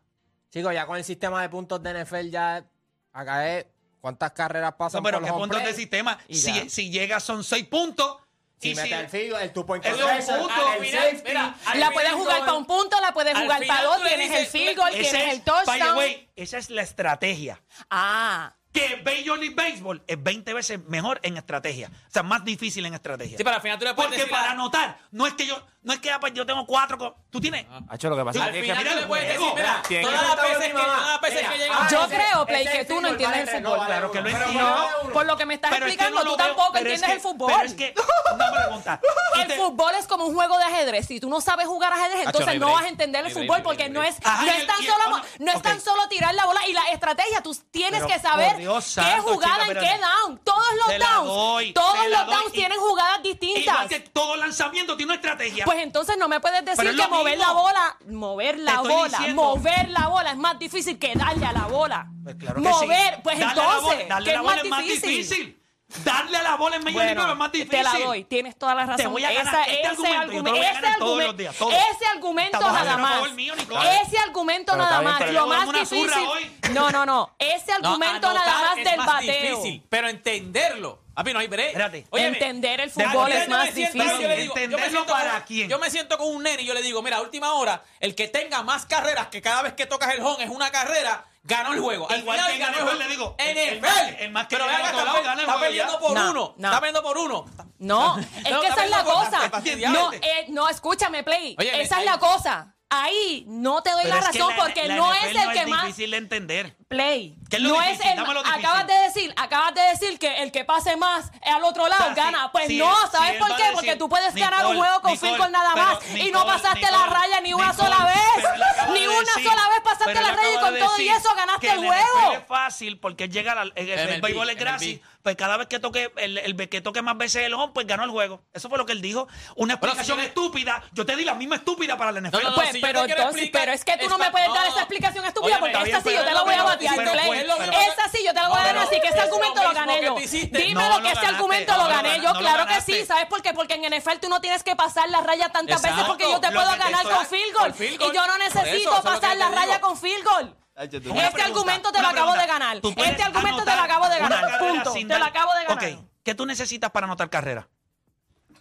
Speaker 7: Chicos, ya con el sistema de puntos de NFL ya acá es cuántas carreras pasan
Speaker 3: No, pero
Speaker 7: por
Speaker 3: que
Speaker 7: los
Speaker 3: puntos de
Speaker 7: hombres.
Speaker 3: sistema.
Speaker 7: Y ya.
Speaker 3: Si, si llega son seis puntos.
Speaker 7: Si
Speaker 3: y
Speaker 7: mete
Speaker 3: si-
Speaker 7: el field, el two point
Speaker 3: Eso es un
Speaker 7: conversion,
Speaker 3: punto,
Speaker 7: el
Speaker 5: mira,
Speaker 7: safety,
Speaker 5: mira,
Speaker 7: el
Speaker 6: La
Speaker 7: field
Speaker 6: puedes jugar
Speaker 7: goal.
Speaker 6: para un punto, la puedes
Speaker 5: Al
Speaker 6: jugar para
Speaker 5: final
Speaker 6: dos,
Speaker 5: tú le
Speaker 6: tienes el
Speaker 5: dices-
Speaker 6: field goal,
Speaker 3: Esa
Speaker 6: tienes
Speaker 3: es-
Speaker 6: el
Speaker 3: by the
Speaker 6: touchdown.
Speaker 3: way, esa es la estrategia.
Speaker 6: Ah,
Speaker 3: Que Major League Baseball es 20 veces mejor en estrategia. O sea, más difícil en estrategia.
Speaker 5: Sí, pero al final tú le puedes
Speaker 3: Porque
Speaker 5: decir
Speaker 3: para
Speaker 5: a-
Speaker 3: anotar, no es que yo, no es que ah, pues, yo tengo cuatro. co- Tú tienes.
Speaker 4: Hacho, Ah, lo que pasa
Speaker 5: Al
Speaker 4: es que-
Speaker 5: final
Speaker 3: mira
Speaker 5: tú
Speaker 3: el
Speaker 5: le puedes decir,
Speaker 3: juego.
Speaker 5: mira,
Speaker 4: Tiene que-
Speaker 5: todas las veces que, todas las veces
Speaker 7: Mira,
Speaker 5: que
Speaker 7: ah,
Speaker 5: llegamos...
Speaker 6: Yo
Speaker 7: ese-
Speaker 6: creo, Play,
Speaker 7: ese
Speaker 6: que
Speaker 7: es
Speaker 6: tú no
Speaker 7: field goal,
Speaker 6: entiendes el
Speaker 7: vale,
Speaker 6: fútbol.
Speaker 7: vale
Speaker 3: Claro que
Speaker 7: uno.
Speaker 3: lo
Speaker 7: Pero
Speaker 3: entiendo.
Speaker 7: vale uno.
Speaker 6: por lo que me estás
Speaker 3: Pero es que
Speaker 6: explicando,
Speaker 3: no lo
Speaker 6: tú
Speaker 3: veo.
Speaker 6: tampoco
Speaker 3: Pero es
Speaker 6: entiendes
Speaker 3: que-
Speaker 6: el fútbol.
Speaker 3: Pero es que, una pregunta. Y
Speaker 6: El
Speaker 5: Este
Speaker 3: te-
Speaker 6: fútbol es como un juego de ajedrez. Si tú no sabes jugar ajedrez, entonces
Speaker 5: no hay
Speaker 6: no
Speaker 5: break.
Speaker 6: vas a entender el
Speaker 5: No hay
Speaker 6: fútbol
Speaker 5: break, no hay
Speaker 6: porque no
Speaker 5: break.
Speaker 6: es,
Speaker 3: Ajá,
Speaker 6: no
Speaker 3: Ah, y el-
Speaker 6: es tan
Speaker 3: y el-
Speaker 6: solo no es
Speaker 3: ok.
Speaker 6: tan solo tirar la bola y la estrategia. Tú tienes
Speaker 3: Pero,
Speaker 6: que saber
Speaker 3: por Dios
Speaker 6: qué
Speaker 3: santo,
Speaker 6: jugada
Speaker 3: chica,
Speaker 6: en
Speaker 3: pero-
Speaker 6: qué down. Todos los
Speaker 3: Se la
Speaker 6: downs,
Speaker 3: doy,
Speaker 6: todos
Speaker 3: se la
Speaker 6: los
Speaker 3: doy
Speaker 6: downs
Speaker 3: y-
Speaker 6: tienen jugadas distintas.
Speaker 3: Igual que todo lanzamiento tiene una estrategia.
Speaker 6: Pues entonces no me puedes
Speaker 3: Pero
Speaker 6: decir
Speaker 3: es
Speaker 6: que
Speaker 3: lo
Speaker 6: mover
Speaker 3: mismo.
Speaker 6: la bola, mover la
Speaker 3: estoy
Speaker 6: bola,
Speaker 3: diciendo.
Speaker 6: mover la bola es más difícil que darle a la bola.
Speaker 3: Pues claro que sí.
Speaker 6: mover, pues
Speaker 3: Darle a la bola-
Speaker 6: entonces,
Speaker 3: darle
Speaker 6: ¿qué
Speaker 3: a la
Speaker 6: es
Speaker 3: bola
Speaker 6: más difícil?
Speaker 3: Darle a la bola en medio
Speaker 6: Bueno,
Speaker 3: es más difícil.
Speaker 6: Te la doy, tienes toda la razón.
Speaker 3: Te voy a ganar este argumento, yo te lo voy a
Speaker 6: ese
Speaker 3: ganar todos
Speaker 6: argumen-
Speaker 3: los días, todos.
Speaker 6: Ese argumento
Speaker 3: Estamos
Speaker 6: nada
Speaker 3: haciendo
Speaker 6: más.
Speaker 3: favor mío, Nicolás.
Speaker 6: Ese argumento
Speaker 4: Pero
Speaker 6: nada
Speaker 4: está bien,
Speaker 6: más.
Speaker 4: pero
Speaker 6: Lo
Speaker 3: yo
Speaker 6: más
Speaker 3: dando una zurra
Speaker 6: difícil.
Speaker 3: hoy.
Speaker 6: No, no, no. Ese
Speaker 5: No,
Speaker 6: argumento
Speaker 5: anotar
Speaker 6: nada más
Speaker 5: es
Speaker 6: del
Speaker 5: más
Speaker 6: bateo.
Speaker 5: difícil, pero entenderlo. Papi, no hay break.
Speaker 3: Espérate.
Speaker 5: Óyeme,
Speaker 6: Entender el
Speaker 5: al final
Speaker 6: fútbol es
Speaker 5: yo me
Speaker 6: más
Speaker 5: siento-
Speaker 6: difícil.
Speaker 5: yo le digo- yo me
Speaker 3: ¿Entenderlo
Speaker 5: siento con-
Speaker 3: para quién?
Speaker 5: Yo me siento con un nene y yo le digo, mira, a última hora, el que tenga más carreras que cada vez que tocas el home es una carrera, ganó el juego. Al
Speaker 3: Igual
Speaker 5: final
Speaker 3: que en
Speaker 5: ganó
Speaker 3: NFL,
Speaker 5: juego.
Speaker 3: le digo,
Speaker 5: En
Speaker 3: el-
Speaker 5: el
Speaker 3: el- el más que
Speaker 5: Pero
Speaker 3: llega
Speaker 5: ve acá,
Speaker 3: al otro
Speaker 5: está,
Speaker 3: lado gana el
Speaker 5: está
Speaker 3: juego
Speaker 5: perdiendo
Speaker 3: ya.
Speaker 5: por
Speaker 6: No,
Speaker 5: uno.
Speaker 6: no.
Speaker 5: Está perdiendo por uno.
Speaker 6: No, es
Speaker 5: No,
Speaker 6: que esa es la
Speaker 5: tampoco,
Speaker 6: cosa.
Speaker 5: tampoco,
Speaker 6: No,
Speaker 5: fastidiante.
Speaker 6: eh, no, escúchame, Play.
Speaker 5: Oye,
Speaker 6: esa
Speaker 5: me-
Speaker 6: es la cosa. Ahí no te doy
Speaker 3: Pero
Speaker 6: la
Speaker 3: es que
Speaker 6: razón
Speaker 3: la-
Speaker 6: porque
Speaker 3: la
Speaker 6: no
Speaker 3: NFL
Speaker 6: es el que más.
Speaker 3: difícil de entender.
Speaker 6: Play.
Speaker 3: ¿Qué es lo
Speaker 6: no
Speaker 3: difícil?
Speaker 6: es el.
Speaker 3: Dame lo difícil.
Speaker 6: Acabas de decir, acabas de decir que el que pase más al otro lado
Speaker 3: O sea, si-
Speaker 6: gana. Pues
Speaker 3: si
Speaker 6: no,
Speaker 3: él-
Speaker 6: ¿sabes
Speaker 3: si él
Speaker 6: por
Speaker 3: va
Speaker 6: qué?
Speaker 3: a
Speaker 6: Porque
Speaker 3: decir,
Speaker 6: tú puedes ganar un
Speaker 3: Nicole,
Speaker 6: juego con
Speaker 3: Nicole,
Speaker 6: field goal nada
Speaker 3: pero
Speaker 6: más y no
Speaker 3: Nicole,
Speaker 6: pasaste la
Speaker 3: Nicole,
Speaker 6: raya ni una
Speaker 3: Nicole,
Speaker 6: sola
Speaker 3: pero él acaba
Speaker 6: vez. Ni
Speaker 3: de
Speaker 6: una
Speaker 3: decir-
Speaker 6: sola vez pasaste
Speaker 3: pero él
Speaker 6: la raya y
Speaker 3: acaba
Speaker 6: con
Speaker 3: de
Speaker 6: todo y
Speaker 3: decir
Speaker 6: eso ganaste
Speaker 3: que
Speaker 6: el
Speaker 3: la NFL
Speaker 6: juego.
Speaker 3: Es fácil porque él llega al el, el,
Speaker 5: MLB,
Speaker 3: béisbol es gratis.
Speaker 5: MLB.
Speaker 3: Pues cada vez que toque el, el que toque más veces el home, pues ganó el juego. Eso fue lo que él dijo. Una
Speaker 5: Pero
Speaker 3: explicación
Speaker 5: si yo-
Speaker 3: estúpida. Yo te di la misma estúpida para la NFL.
Speaker 5: No, no,
Speaker 6: Pues,
Speaker 5: si yo
Speaker 6: pero,
Speaker 5: te quiero
Speaker 6: entonces-
Speaker 5: explicar,
Speaker 6: pero es que tú no
Speaker 5: está-
Speaker 6: me puedes
Speaker 5: no,
Speaker 6: dar
Speaker 5: no.
Speaker 6: esa explicación estúpida
Speaker 5: Óyeme,
Speaker 6: porque
Speaker 5: está
Speaker 6: esta
Speaker 3: bien,
Speaker 6: sí yo
Speaker 3: pero
Speaker 6: te
Speaker 3: es
Speaker 6: la
Speaker 3: lo
Speaker 6: voy a
Speaker 3: mismo que
Speaker 6: batear,
Speaker 3: hiciste,
Speaker 6: Play.
Speaker 3: es lo
Speaker 5: mismo que-
Speaker 6: Esa sí yo te la voy a
Speaker 5: No,
Speaker 6: ganar,
Speaker 5: no,
Speaker 6: así que ese
Speaker 5: es
Speaker 6: argumento
Speaker 5: lo
Speaker 6: lo
Speaker 5: mismo
Speaker 6: gané
Speaker 5: que
Speaker 6: yo.
Speaker 5: tú hiciste.
Speaker 3: No,
Speaker 6: Dímelo
Speaker 3: lo
Speaker 6: que este
Speaker 3: ganaste,
Speaker 6: argumento
Speaker 3: no
Speaker 6: lo
Speaker 3: lo
Speaker 6: gané
Speaker 3: gana-
Speaker 6: yo,
Speaker 3: no lo
Speaker 6: claro que
Speaker 3: ganaste.
Speaker 6: sí. ¿Sabes por qué? Porque en NFL tú no tienes que pasar la raya tantas
Speaker 5: Exacto,
Speaker 6: veces porque yo te
Speaker 5: lo
Speaker 6: puedo
Speaker 5: que te
Speaker 6: ganar
Speaker 5: estoy-
Speaker 6: con field
Speaker 5: con
Speaker 6: goal
Speaker 5: field goal.
Speaker 6: y yo no
Speaker 5: Por eso,
Speaker 6: necesito
Speaker 5: eso es lo que
Speaker 6: pasar
Speaker 5: yo
Speaker 6: la
Speaker 5: te
Speaker 6: raya
Speaker 5: digo.
Speaker 6: con field goal.
Speaker 3: Una
Speaker 6: Este
Speaker 3: pregunta,
Speaker 6: argumento te lo
Speaker 3: una
Speaker 6: acabo de
Speaker 3: pregunta.
Speaker 6: ganar.
Speaker 3: Tú puedes
Speaker 6: Este argumento te lo
Speaker 3: anotar
Speaker 6: acabo de
Speaker 3: una
Speaker 6: ganar.
Speaker 3: carrera
Speaker 6: Punto.
Speaker 3: sin
Speaker 6: Te lo
Speaker 3: dar-
Speaker 6: acabo de ganar.
Speaker 3: Ok, ¿qué tú necesitas para anotar carrera?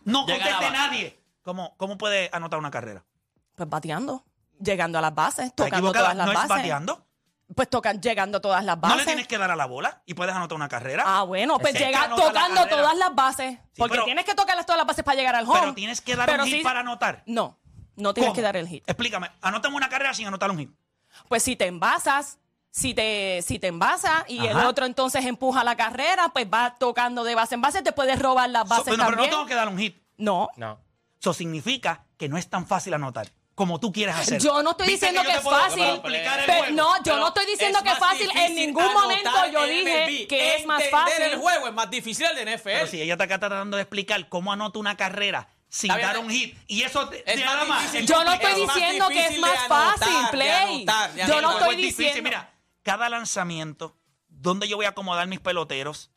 Speaker 3: No
Speaker 5: Llegar a
Speaker 3: conteste
Speaker 5: la base.
Speaker 3: nadie. ¿Cómo, ¿Cómo puede anotar una carrera?
Speaker 6: Pues bateando, llegando a las bases,
Speaker 3: ¿Está
Speaker 6: tocando
Speaker 3: equivocada?
Speaker 6: todas las
Speaker 3: ¿No es
Speaker 6: bases.
Speaker 3: bateando?
Speaker 6: Pues tocan, llegando a todas las bases.
Speaker 3: ¿No le tienes que dar a la bola y puedes anotar una carrera?
Speaker 6: Ah, bueno, pues
Speaker 3: Es que
Speaker 6: llega
Speaker 3: anota la
Speaker 6: tocando
Speaker 3: carrera.
Speaker 6: todas las bases. porque
Speaker 3: pero-
Speaker 6: tienes que tocarlas todas las bases para llegar al home.
Speaker 3: Pero tienes que dar
Speaker 6: Pero
Speaker 3: un hit
Speaker 6: sí-
Speaker 3: para anotar.
Speaker 6: No, no tienes
Speaker 3: ¿Cómo?
Speaker 6: que dar el hit.
Speaker 3: Explícame, anótame una carrera sin anotar un hit.
Speaker 6: Pues si te envasas, si te, si te envasas y el
Speaker 3: Ajá.
Speaker 6: otro entonces empuja la carrera, pues va tocando de base en base, te puedes robar las
Speaker 3: So-
Speaker 6: bases
Speaker 3: bueno, pero no
Speaker 6: también.
Speaker 3: tengo que dar un hit.
Speaker 6: No.
Speaker 7: No.
Speaker 3: Eso significa que no es tan fácil anotar como tú quieres hacer.
Speaker 6: Yo no estoy
Speaker 3: Viste
Speaker 6: diciendo que,
Speaker 3: yo te
Speaker 6: es
Speaker 3: puedo
Speaker 6: fácil.
Speaker 3: complicar el
Speaker 6: Pero
Speaker 3: juego.
Speaker 6: no, yo
Speaker 5: Pero
Speaker 6: no estoy diciendo que es
Speaker 5: más
Speaker 6: fácil. En
Speaker 5: difícil
Speaker 6: ningún
Speaker 5: anotar
Speaker 6: momento yo
Speaker 5: en
Speaker 6: dije
Speaker 5: MLB.
Speaker 6: que es más
Speaker 5: Entender
Speaker 6: fácil.
Speaker 5: el juego es más difícil el de
Speaker 3: Pero
Speaker 5: NFL.
Speaker 3: si ella te acá está tratando de explicar cómo anota una carrera sin
Speaker 5: Está bien,
Speaker 3: dar un hit y eso te,
Speaker 5: es
Speaker 3: te
Speaker 5: más
Speaker 3: da más.
Speaker 5: difícil.
Speaker 3: Es
Speaker 6: Yo no
Speaker 3: complicado.
Speaker 6: estoy
Speaker 5: Es más
Speaker 6: diciendo que es
Speaker 5: difícil de
Speaker 6: más fácil,
Speaker 5: anotar, de
Speaker 6: Play.
Speaker 5: anotar, de
Speaker 6: yo no
Speaker 5: anotar.
Speaker 6: estoy
Speaker 3: Es difícil.
Speaker 6: diciendo.
Speaker 3: Mira, cada lanzamiento, dónde yo voy a acomodar mis peloteros,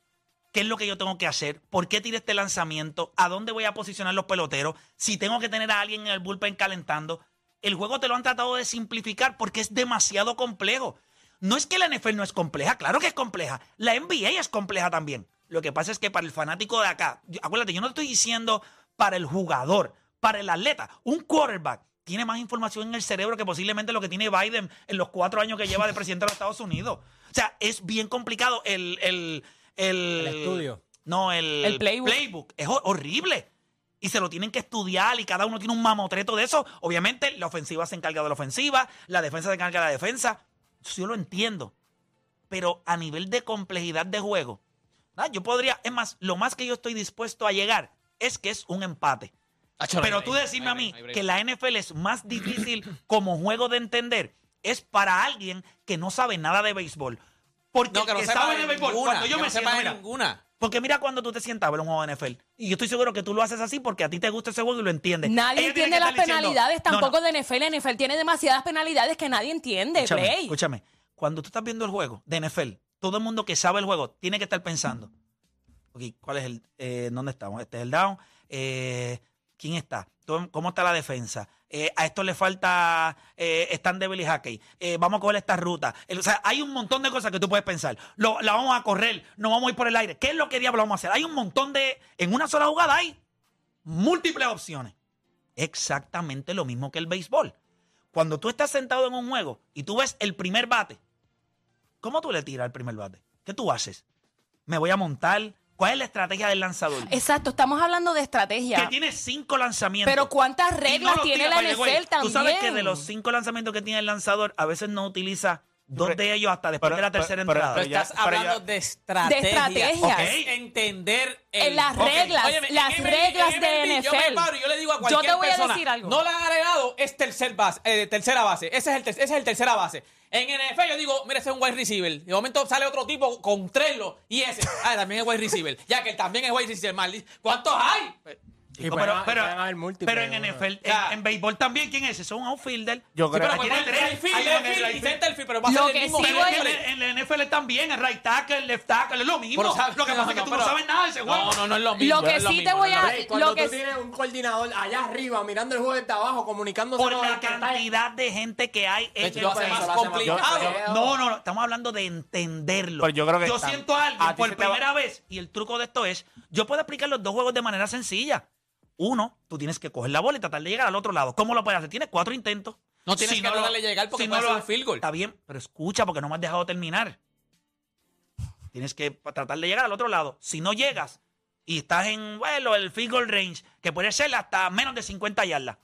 Speaker 3: qué es lo que yo tengo que hacer, por qué tiré este lanzamiento, a dónde voy a posicionar los peloteros, si tengo que tener a alguien en el bullpen calentando. El juego te lo han tratado de simplificar porque es demasiado complejo. No es que la NFL no es compleja, claro que es compleja. La NBA es compleja también. Lo que pasa es que para el fanático de acá, yo- acuérdate, yo no estoy diciendo para el jugador, para el atleta. Un quarterback tiene más información en el cerebro que posiblemente lo que tiene Biden en los cuatro años que lleva de presidente de los Estados Unidos. O sea, es bien complicado el... El, el-
Speaker 7: El estudio.
Speaker 3: No, el,
Speaker 6: El playbook.
Speaker 3: Es ho- horrible. Y se lo tienen que estudiar y cada uno tiene un mamotreto de eso. Obviamente, la ofensiva se encarga de la ofensiva, la defensa se encarga de la defensa. Eso yo lo entiendo. Pero a nivel de complejidad de juego, nada, yo podría, es más, lo más que yo estoy dispuesto a llegar es que es un empate. Pero tú decirme a mí que la NFL es más difícil como juego de entender es para alguien que no sabe nada de béisbol. Porque
Speaker 5: No, que
Speaker 3: el
Speaker 5: no
Speaker 3: que
Speaker 5: sepa
Speaker 3: sabe
Speaker 5: de
Speaker 3: de béisbol,
Speaker 5: ninguna.
Speaker 3: cuando yo
Speaker 5: que
Speaker 3: me
Speaker 5: no
Speaker 3: siento,
Speaker 5: sepa de
Speaker 3: mira,
Speaker 5: ninguna.
Speaker 3: porque mira cuando tú te sientas a ver un juego de NFL. Y yo estoy seguro que tú lo haces así porque a ti te gusta ese juego y lo entiendes.
Speaker 6: Nadie
Speaker 3: Ellos tienen
Speaker 6: entiende
Speaker 3: que
Speaker 6: las
Speaker 3: estar diciendo,
Speaker 6: penalidades
Speaker 3: "No, no,
Speaker 6: tampoco de NFL. NFL tiene demasiadas penalidades que nadie entiende,
Speaker 3: Escúchame,
Speaker 6: Play.
Speaker 3: escúchame. Cuando tú estás viendo el juego de NFL, todo el mundo que sabe el juego tiene que estar pensando. Ok, ¿cuál es el. eh, ¿Dónde estamos? Este es el down. eh, ¿Quién está? Todo- ¿Cómo está la defensa? Eh, a esto le falta. eh, están débil y hockey. Eh, vamos a coger esta ruta. El- o sea, hay un montón de cosas que tú puedes pensar. Lo- la vamos a correr, no vamos a ir por el aire. ¿Qué es lo que diablo vamos a hacer? Hay un montón de. En una sola jugada hay múltiples opciones. Exactamente lo mismo que el béisbol. Cuando tú estás sentado en un juego y tú ves el primer bate, ¿cómo tú le tiras al primer bate? ¿Qué tú haces? ¿Me voy a montar? ¿Cuál es la estrategia del lanzador?
Speaker 6: Exacto, estamos hablando de
Speaker 3: Que
Speaker 6: estrategia.
Speaker 3: tiene cinco lanzamientos.
Speaker 6: Pero cuántas
Speaker 3: Y no
Speaker 6: reglas
Speaker 3: los
Speaker 6: tiene
Speaker 3: tira,
Speaker 6: la
Speaker 3: by the way.
Speaker 6: NFL también.
Speaker 3: Tú sabes que de los cinco lanzamientos que tiene el lanzador, a veces no utiliza dos de ellos hasta después
Speaker 4: pero-
Speaker 3: de la tercera
Speaker 4: pero-
Speaker 3: entrada.
Speaker 5: Pero
Speaker 4: ya-
Speaker 5: estás
Speaker 4: pero ya-
Speaker 5: hablando de estrategia.
Speaker 6: De estrategias.
Speaker 3: Ok.
Speaker 5: Es entender el-
Speaker 6: En las
Speaker 5: Ok.
Speaker 6: reglas,
Speaker 5: Óyeme, en
Speaker 6: las
Speaker 5: MLB,
Speaker 6: reglas
Speaker 5: en
Speaker 6: de
Speaker 5: MLB, Yo me
Speaker 6: NFL.
Speaker 5: paro y yo le digo a
Speaker 6: Yo
Speaker 5: cualquier
Speaker 6: te voy a
Speaker 5: persona,
Speaker 6: decir algo.
Speaker 5: No la han agregado, es tercer base, eh, tercera base. Ese es el ter- ese es el tercera base. En NFL yo digo, mira, ese es un wide receiver. De momento sale otro tipo con Trello y ese. Ah, también es wide receiver. Ya que él también es wide receiver. Maldi- ¿Cuántos hay?
Speaker 7: Y
Speaker 3: No,
Speaker 7: pueden-
Speaker 3: pero, pero-
Speaker 7: pueden haber múltiples,
Speaker 3: pero en
Speaker 7: bueno.
Speaker 3: NFL, en-
Speaker 5: Ya.
Speaker 3: en, béisbol también, ¿quién es? Eso es un outfielder.
Speaker 4: Yo creo-
Speaker 5: Pero
Speaker 3: aquí
Speaker 5: pues,
Speaker 3: tiene
Speaker 5: hay
Speaker 3: tres.
Speaker 5: right field,
Speaker 3: Hay
Speaker 5: left
Speaker 3: uno que es
Speaker 5: field
Speaker 3: right
Speaker 5: y
Speaker 3: field.
Speaker 5: center field, pero va a
Speaker 6: Lo
Speaker 5: ser el
Speaker 6: que
Speaker 5: mismo.
Speaker 6: sí
Speaker 5: wide
Speaker 3: Pero
Speaker 6: voy-
Speaker 3: en,
Speaker 5: receiver.
Speaker 3: el- en la NFL también, el right tackle, el left tackle, es lo mismo.
Speaker 5: Pero sabes-
Speaker 3: lo que pasa es que tú no,
Speaker 5: pero-
Speaker 3: sabes nada de ese juego.
Speaker 5: No, no, no es lo mismo.
Speaker 6: Lo que
Speaker 5: es
Speaker 6: sí te
Speaker 5: mismo,
Speaker 6: voy
Speaker 5: no es lo
Speaker 6: a.
Speaker 7: Ey,
Speaker 6: Ah, Lo
Speaker 7: cuando tú
Speaker 6: que sí-
Speaker 7: tienes un coordinador allá arriba mirando el juego desde abajo, comunicándose
Speaker 3: por
Speaker 7: con
Speaker 3: la
Speaker 7: las pantallas.
Speaker 3: cantidad de gente que hay en
Speaker 5: Lo hace
Speaker 3: país.
Speaker 5: más
Speaker 7: Eso lo hace más
Speaker 5: complicado. Ah,
Speaker 7: complicado.
Speaker 3: No, no, no, estamos hablando de entenderlo.
Speaker 4: Pero yo creo que están-
Speaker 3: siento a alguien
Speaker 4: a ti
Speaker 3: por
Speaker 4: se te va-
Speaker 3: primera vez y el truco de esto es, yo puedo explicar los dos juegos de manera sencilla. Uno, tú tienes que coger la bola y tratar de llegar al otro lado. ¿Cómo lo puedes hacer? Tienes cuatro intentos.
Speaker 5: No tienes que
Speaker 3: lo-
Speaker 5: tratar de llegar porque puede
Speaker 3: lo-
Speaker 5: ser un field goal.
Speaker 3: Está bien, pero escucha porque no me has dejado terminar. Tienes que pa- tratar de llegar al otro lado. Si no llegas y estás en, bueno, el field goal range, que puede ser hasta menos de 50 yardas.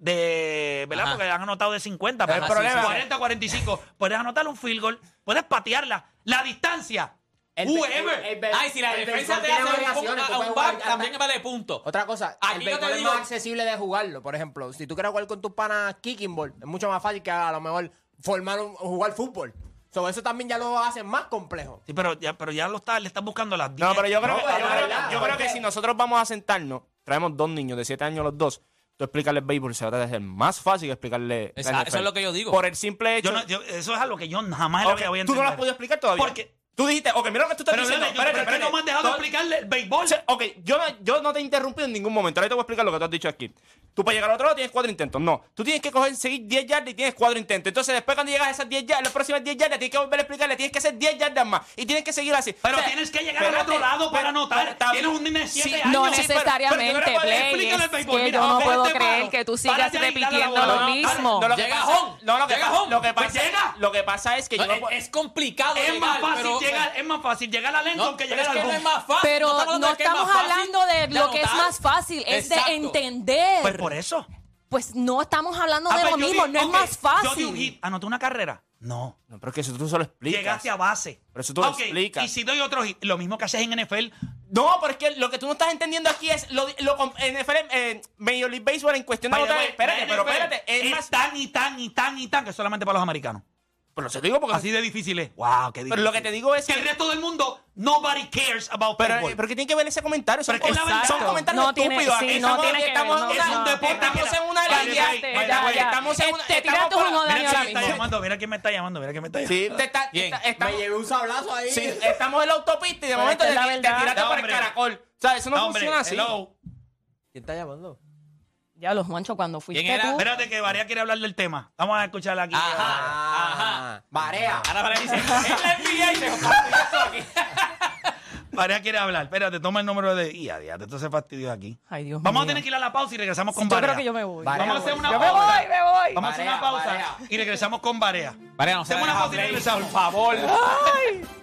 Speaker 3: De, ¿verdad?
Speaker 5: Ajá.
Speaker 3: Porque han anotado de 50,
Speaker 5: Ajá,
Speaker 3: pero
Speaker 5: sí, sí, sí.
Speaker 3: 40, 45. Puedes anotar un field goal, puedes patearla. La distancia.
Speaker 7: El-
Speaker 3: whoever.
Speaker 7: el- el- el-
Speaker 5: Ay, si la
Speaker 7: el
Speaker 5: defensa
Speaker 7: béisbol
Speaker 5: te
Speaker 7: tiene
Speaker 5: hace un,
Speaker 7: variaciones, tú
Speaker 5: a un
Speaker 7: puedes
Speaker 5: back,
Speaker 7: jugar-
Speaker 5: también vale punto.
Speaker 7: Otra cosa,
Speaker 5: Aquí
Speaker 7: el
Speaker 5: yo te
Speaker 7: béisbol es
Speaker 5: digo-
Speaker 7: más accesible de jugarlo. Por ejemplo, si tú quieres jugar con tus panas kicking ball, es mucho más fácil que a lo mejor formar un, jugar fútbol. So, eso también ya lo hacen más complejo.
Speaker 3: Sí, pero ya, pero ya lo está, le están buscando las 10.
Speaker 4: No, pero yo creo,
Speaker 7: No,
Speaker 4: que,
Speaker 7: pero
Speaker 4: yo
Speaker 7: la
Speaker 4: creo-
Speaker 7: verdad,
Speaker 4: yo creo que
Speaker 7: porque-
Speaker 4: si nosotros vamos a sentarnos, traemos dos niños de 7 años los dos, tú explicarles béisbol se va a tratar de ser más fácil que explicarle. la
Speaker 5: Esa-
Speaker 4: NFL.
Speaker 5: eso es lo que yo digo.
Speaker 4: Por el simple hecho.
Speaker 3: Yo no- yo- eso es algo que yo jamás
Speaker 4: Ok,
Speaker 3: le voy a
Speaker 4: tú
Speaker 3: entender.
Speaker 4: no lo has podido explicar todavía.
Speaker 3: Porque-
Speaker 4: Tú dijiste, ok, mira lo que tú estás
Speaker 3: Pero,
Speaker 4: diciendo.
Speaker 3: espérate, yo-
Speaker 4: espérate,
Speaker 3: pero es que no
Speaker 4: espérate.
Speaker 3: me han dejado
Speaker 4: Tú-
Speaker 3: explicarle el béisbol.
Speaker 4: Sí, Ok, yo no, yo no te he interrumpido en ningún momento. Ahora te voy a explicar lo que tú has dicho aquí. Tú para llegar al otro lado tienes cuatro intentos. No, tú tienes que coger, seguir 10 yardas y tienes cuatro intentos. Entonces, después cuando llegas a esas 10 yardas, las próximas 10 yardas, tienes que volver a explicarle, tienes que hacer 10 yardas más. Y tienes que seguir así.
Speaker 3: Pero
Speaker 4: O sea,
Speaker 3: tienes que llegar al
Speaker 4: espérate,
Speaker 3: otro lado para
Speaker 4: pero- pero
Speaker 3: anotar.
Speaker 4: está bien.
Speaker 3: Tienes un niño de 7
Speaker 4: Sí,
Speaker 3: años.
Speaker 6: No
Speaker 4: Sí, pero-
Speaker 6: necesariamente,
Speaker 4: pero tú no puedes
Speaker 6: Play. Es
Speaker 4: explicarle al béisbol.
Speaker 6: que
Speaker 4: Mira,
Speaker 6: yo no
Speaker 4: ok,
Speaker 6: puedo
Speaker 4: este
Speaker 6: creer
Speaker 4: palo.
Speaker 6: que tú
Speaker 3: Párate
Speaker 6: sigas
Speaker 3: ahí, dale la
Speaker 6: repitiendo
Speaker 3: bola.
Speaker 6: lo
Speaker 3: No,
Speaker 6: mismo.
Speaker 4: No, lo que
Speaker 5: Llega
Speaker 4: pasa-
Speaker 5: home.
Speaker 4: No, lo que
Speaker 5: Llega
Speaker 4: pasa-
Speaker 5: home.
Speaker 4: lo que
Speaker 3: Pues
Speaker 4: pasa-
Speaker 3: llega.
Speaker 4: Lo que pasa es que yo
Speaker 5: No,
Speaker 4: no
Speaker 5: es,
Speaker 4: puedo-
Speaker 5: es complicado
Speaker 3: Es
Speaker 5: llegar,
Speaker 3: más fácil
Speaker 5: pero-
Speaker 3: llegar, es más fácil llegar a Lenton
Speaker 5: No,
Speaker 3: que
Speaker 5: pero
Speaker 3: llegar
Speaker 5: es
Speaker 3: al
Speaker 5: que no
Speaker 3: home.
Speaker 5: es más fácil.
Speaker 6: Pero
Speaker 5: estamos hablando
Speaker 6: no
Speaker 5: de que es más
Speaker 6: estamos
Speaker 5: fácil
Speaker 6: hablando de lo que es
Speaker 5: anotar.
Speaker 6: más fácil, es de
Speaker 5: Exacto.
Speaker 6: entender.
Speaker 3: Pues por eso.
Speaker 6: Pues no estamos hablando
Speaker 3: Ah,
Speaker 6: de
Speaker 3: pues
Speaker 6: lo
Speaker 3: yo
Speaker 6: mismo,
Speaker 3: di-
Speaker 6: no es
Speaker 3: ok,
Speaker 6: más
Speaker 3: Yo di un hit,
Speaker 6: fácil.
Speaker 3: anoté una carrera. No.
Speaker 4: No, pero es que eso tú solo explicas.
Speaker 3: Llegaste a base.
Speaker 4: Pero eso tú lo
Speaker 3: lo
Speaker 4: explicas.
Speaker 3: Y si doy otro hit, lo mismo que haces en NFL.
Speaker 4: No, pero es que lo que tú no estás entendiendo aquí es lo, lo com- NFL, eh, Major League Baseball en cuestión de
Speaker 3: By the
Speaker 4: anotar.
Speaker 3: way,
Speaker 4: Espérate,
Speaker 3: la
Speaker 4: pero
Speaker 3: NFL
Speaker 4: espérate. Es
Speaker 3: Es
Speaker 4: más.
Speaker 3: tan y tan y tan y tan que solamente para los americanos.
Speaker 4: Pero se te digo porque.
Speaker 3: Así de difícil es. Wow, qué difícil.
Speaker 4: Pero lo que te digo es
Speaker 3: que el
Speaker 4: que-
Speaker 3: resto del mundo, nobody cares about
Speaker 4: Pero,
Speaker 3: football.
Speaker 4: pero que tiene que ver ese comentario. Son,
Speaker 3: Pero es que es la
Speaker 4: comen- son
Speaker 3: verdad.
Speaker 4: comentarios
Speaker 6: No tiene-
Speaker 4: estúpidos.
Speaker 6: sí,
Speaker 4: Aquí
Speaker 6: no
Speaker 4: estamos,
Speaker 6: tiene que
Speaker 4: estamos,
Speaker 6: ver, no.
Speaker 4: es un deporte,
Speaker 3: Cállate,
Speaker 4: estamos en una
Speaker 3: cállate,
Speaker 4: liga.
Speaker 3: cállate,
Speaker 4: By the
Speaker 3: ya,
Speaker 4: way,
Speaker 3: ya.
Speaker 4: Estamos en
Speaker 6: Te
Speaker 4: una.
Speaker 6: tiraste
Speaker 4: estamos por-
Speaker 6: un joder.
Speaker 3: mira
Speaker 6: Dani,
Speaker 3: quién
Speaker 6: ahora
Speaker 3: me está
Speaker 6: mismo.
Speaker 3: llamando, mira quién me está llamando, mira quién me está llamando.
Speaker 4: Sí, te está-
Speaker 5: Bien.
Speaker 4: está- estamos-
Speaker 7: Me llevé un sablazo ahí.
Speaker 4: sí, estamos en la autopista y de momento
Speaker 7: esta
Speaker 4: te,
Speaker 7: es la
Speaker 4: te
Speaker 7: verdad.
Speaker 4: tiraste
Speaker 3: No,
Speaker 4: por el
Speaker 3: hombre.
Speaker 4: caracol. O sea, eso no,
Speaker 3: No, hombre,
Speaker 4: funciona así.
Speaker 3: hello.
Speaker 7: ¿Quién está llamando?
Speaker 6: Ya los manchos cuando fuiste
Speaker 5: ¿Quién era?
Speaker 6: tú.
Speaker 3: Espérate que Varea quiere hablar del tema. Vamos a escucharla aquí. Ah,
Speaker 5: Ajá.
Speaker 7: Ajá. Varea.
Speaker 5: Ahora para dice, es la NBA y se
Speaker 3: María quiere hablar. Espérate, toma el número de. Y adiós, esto se fastidió aquí.
Speaker 6: Ay, Dios
Speaker 3: Vamos a
Speaker 6: mío.
Speaker 3: tener que ir a la pausa y regresamos con
Speaker 6: Yo creo
Speaker 3: Barea.
Speaker 6: que yo me voy.
Speaker 7: Varea,
Speaker 3: Vamos a hacer una
Speaker 6: Yo me
Speaker 3: pausa.
Speaker 6: voy, me voy.
Speaker 3: Vamos a hacer una
Speaker 7: Barea,
Speaker 3: pausa y regresamos con Barea.
Speaker 5: Varea, no se
Speaker 3: Hacemos una
Speaker 5: haga
Speaker 3: pausa y
Speaker 5: play,
Speaker 3: regresamos.
Speaker 5: Por favor.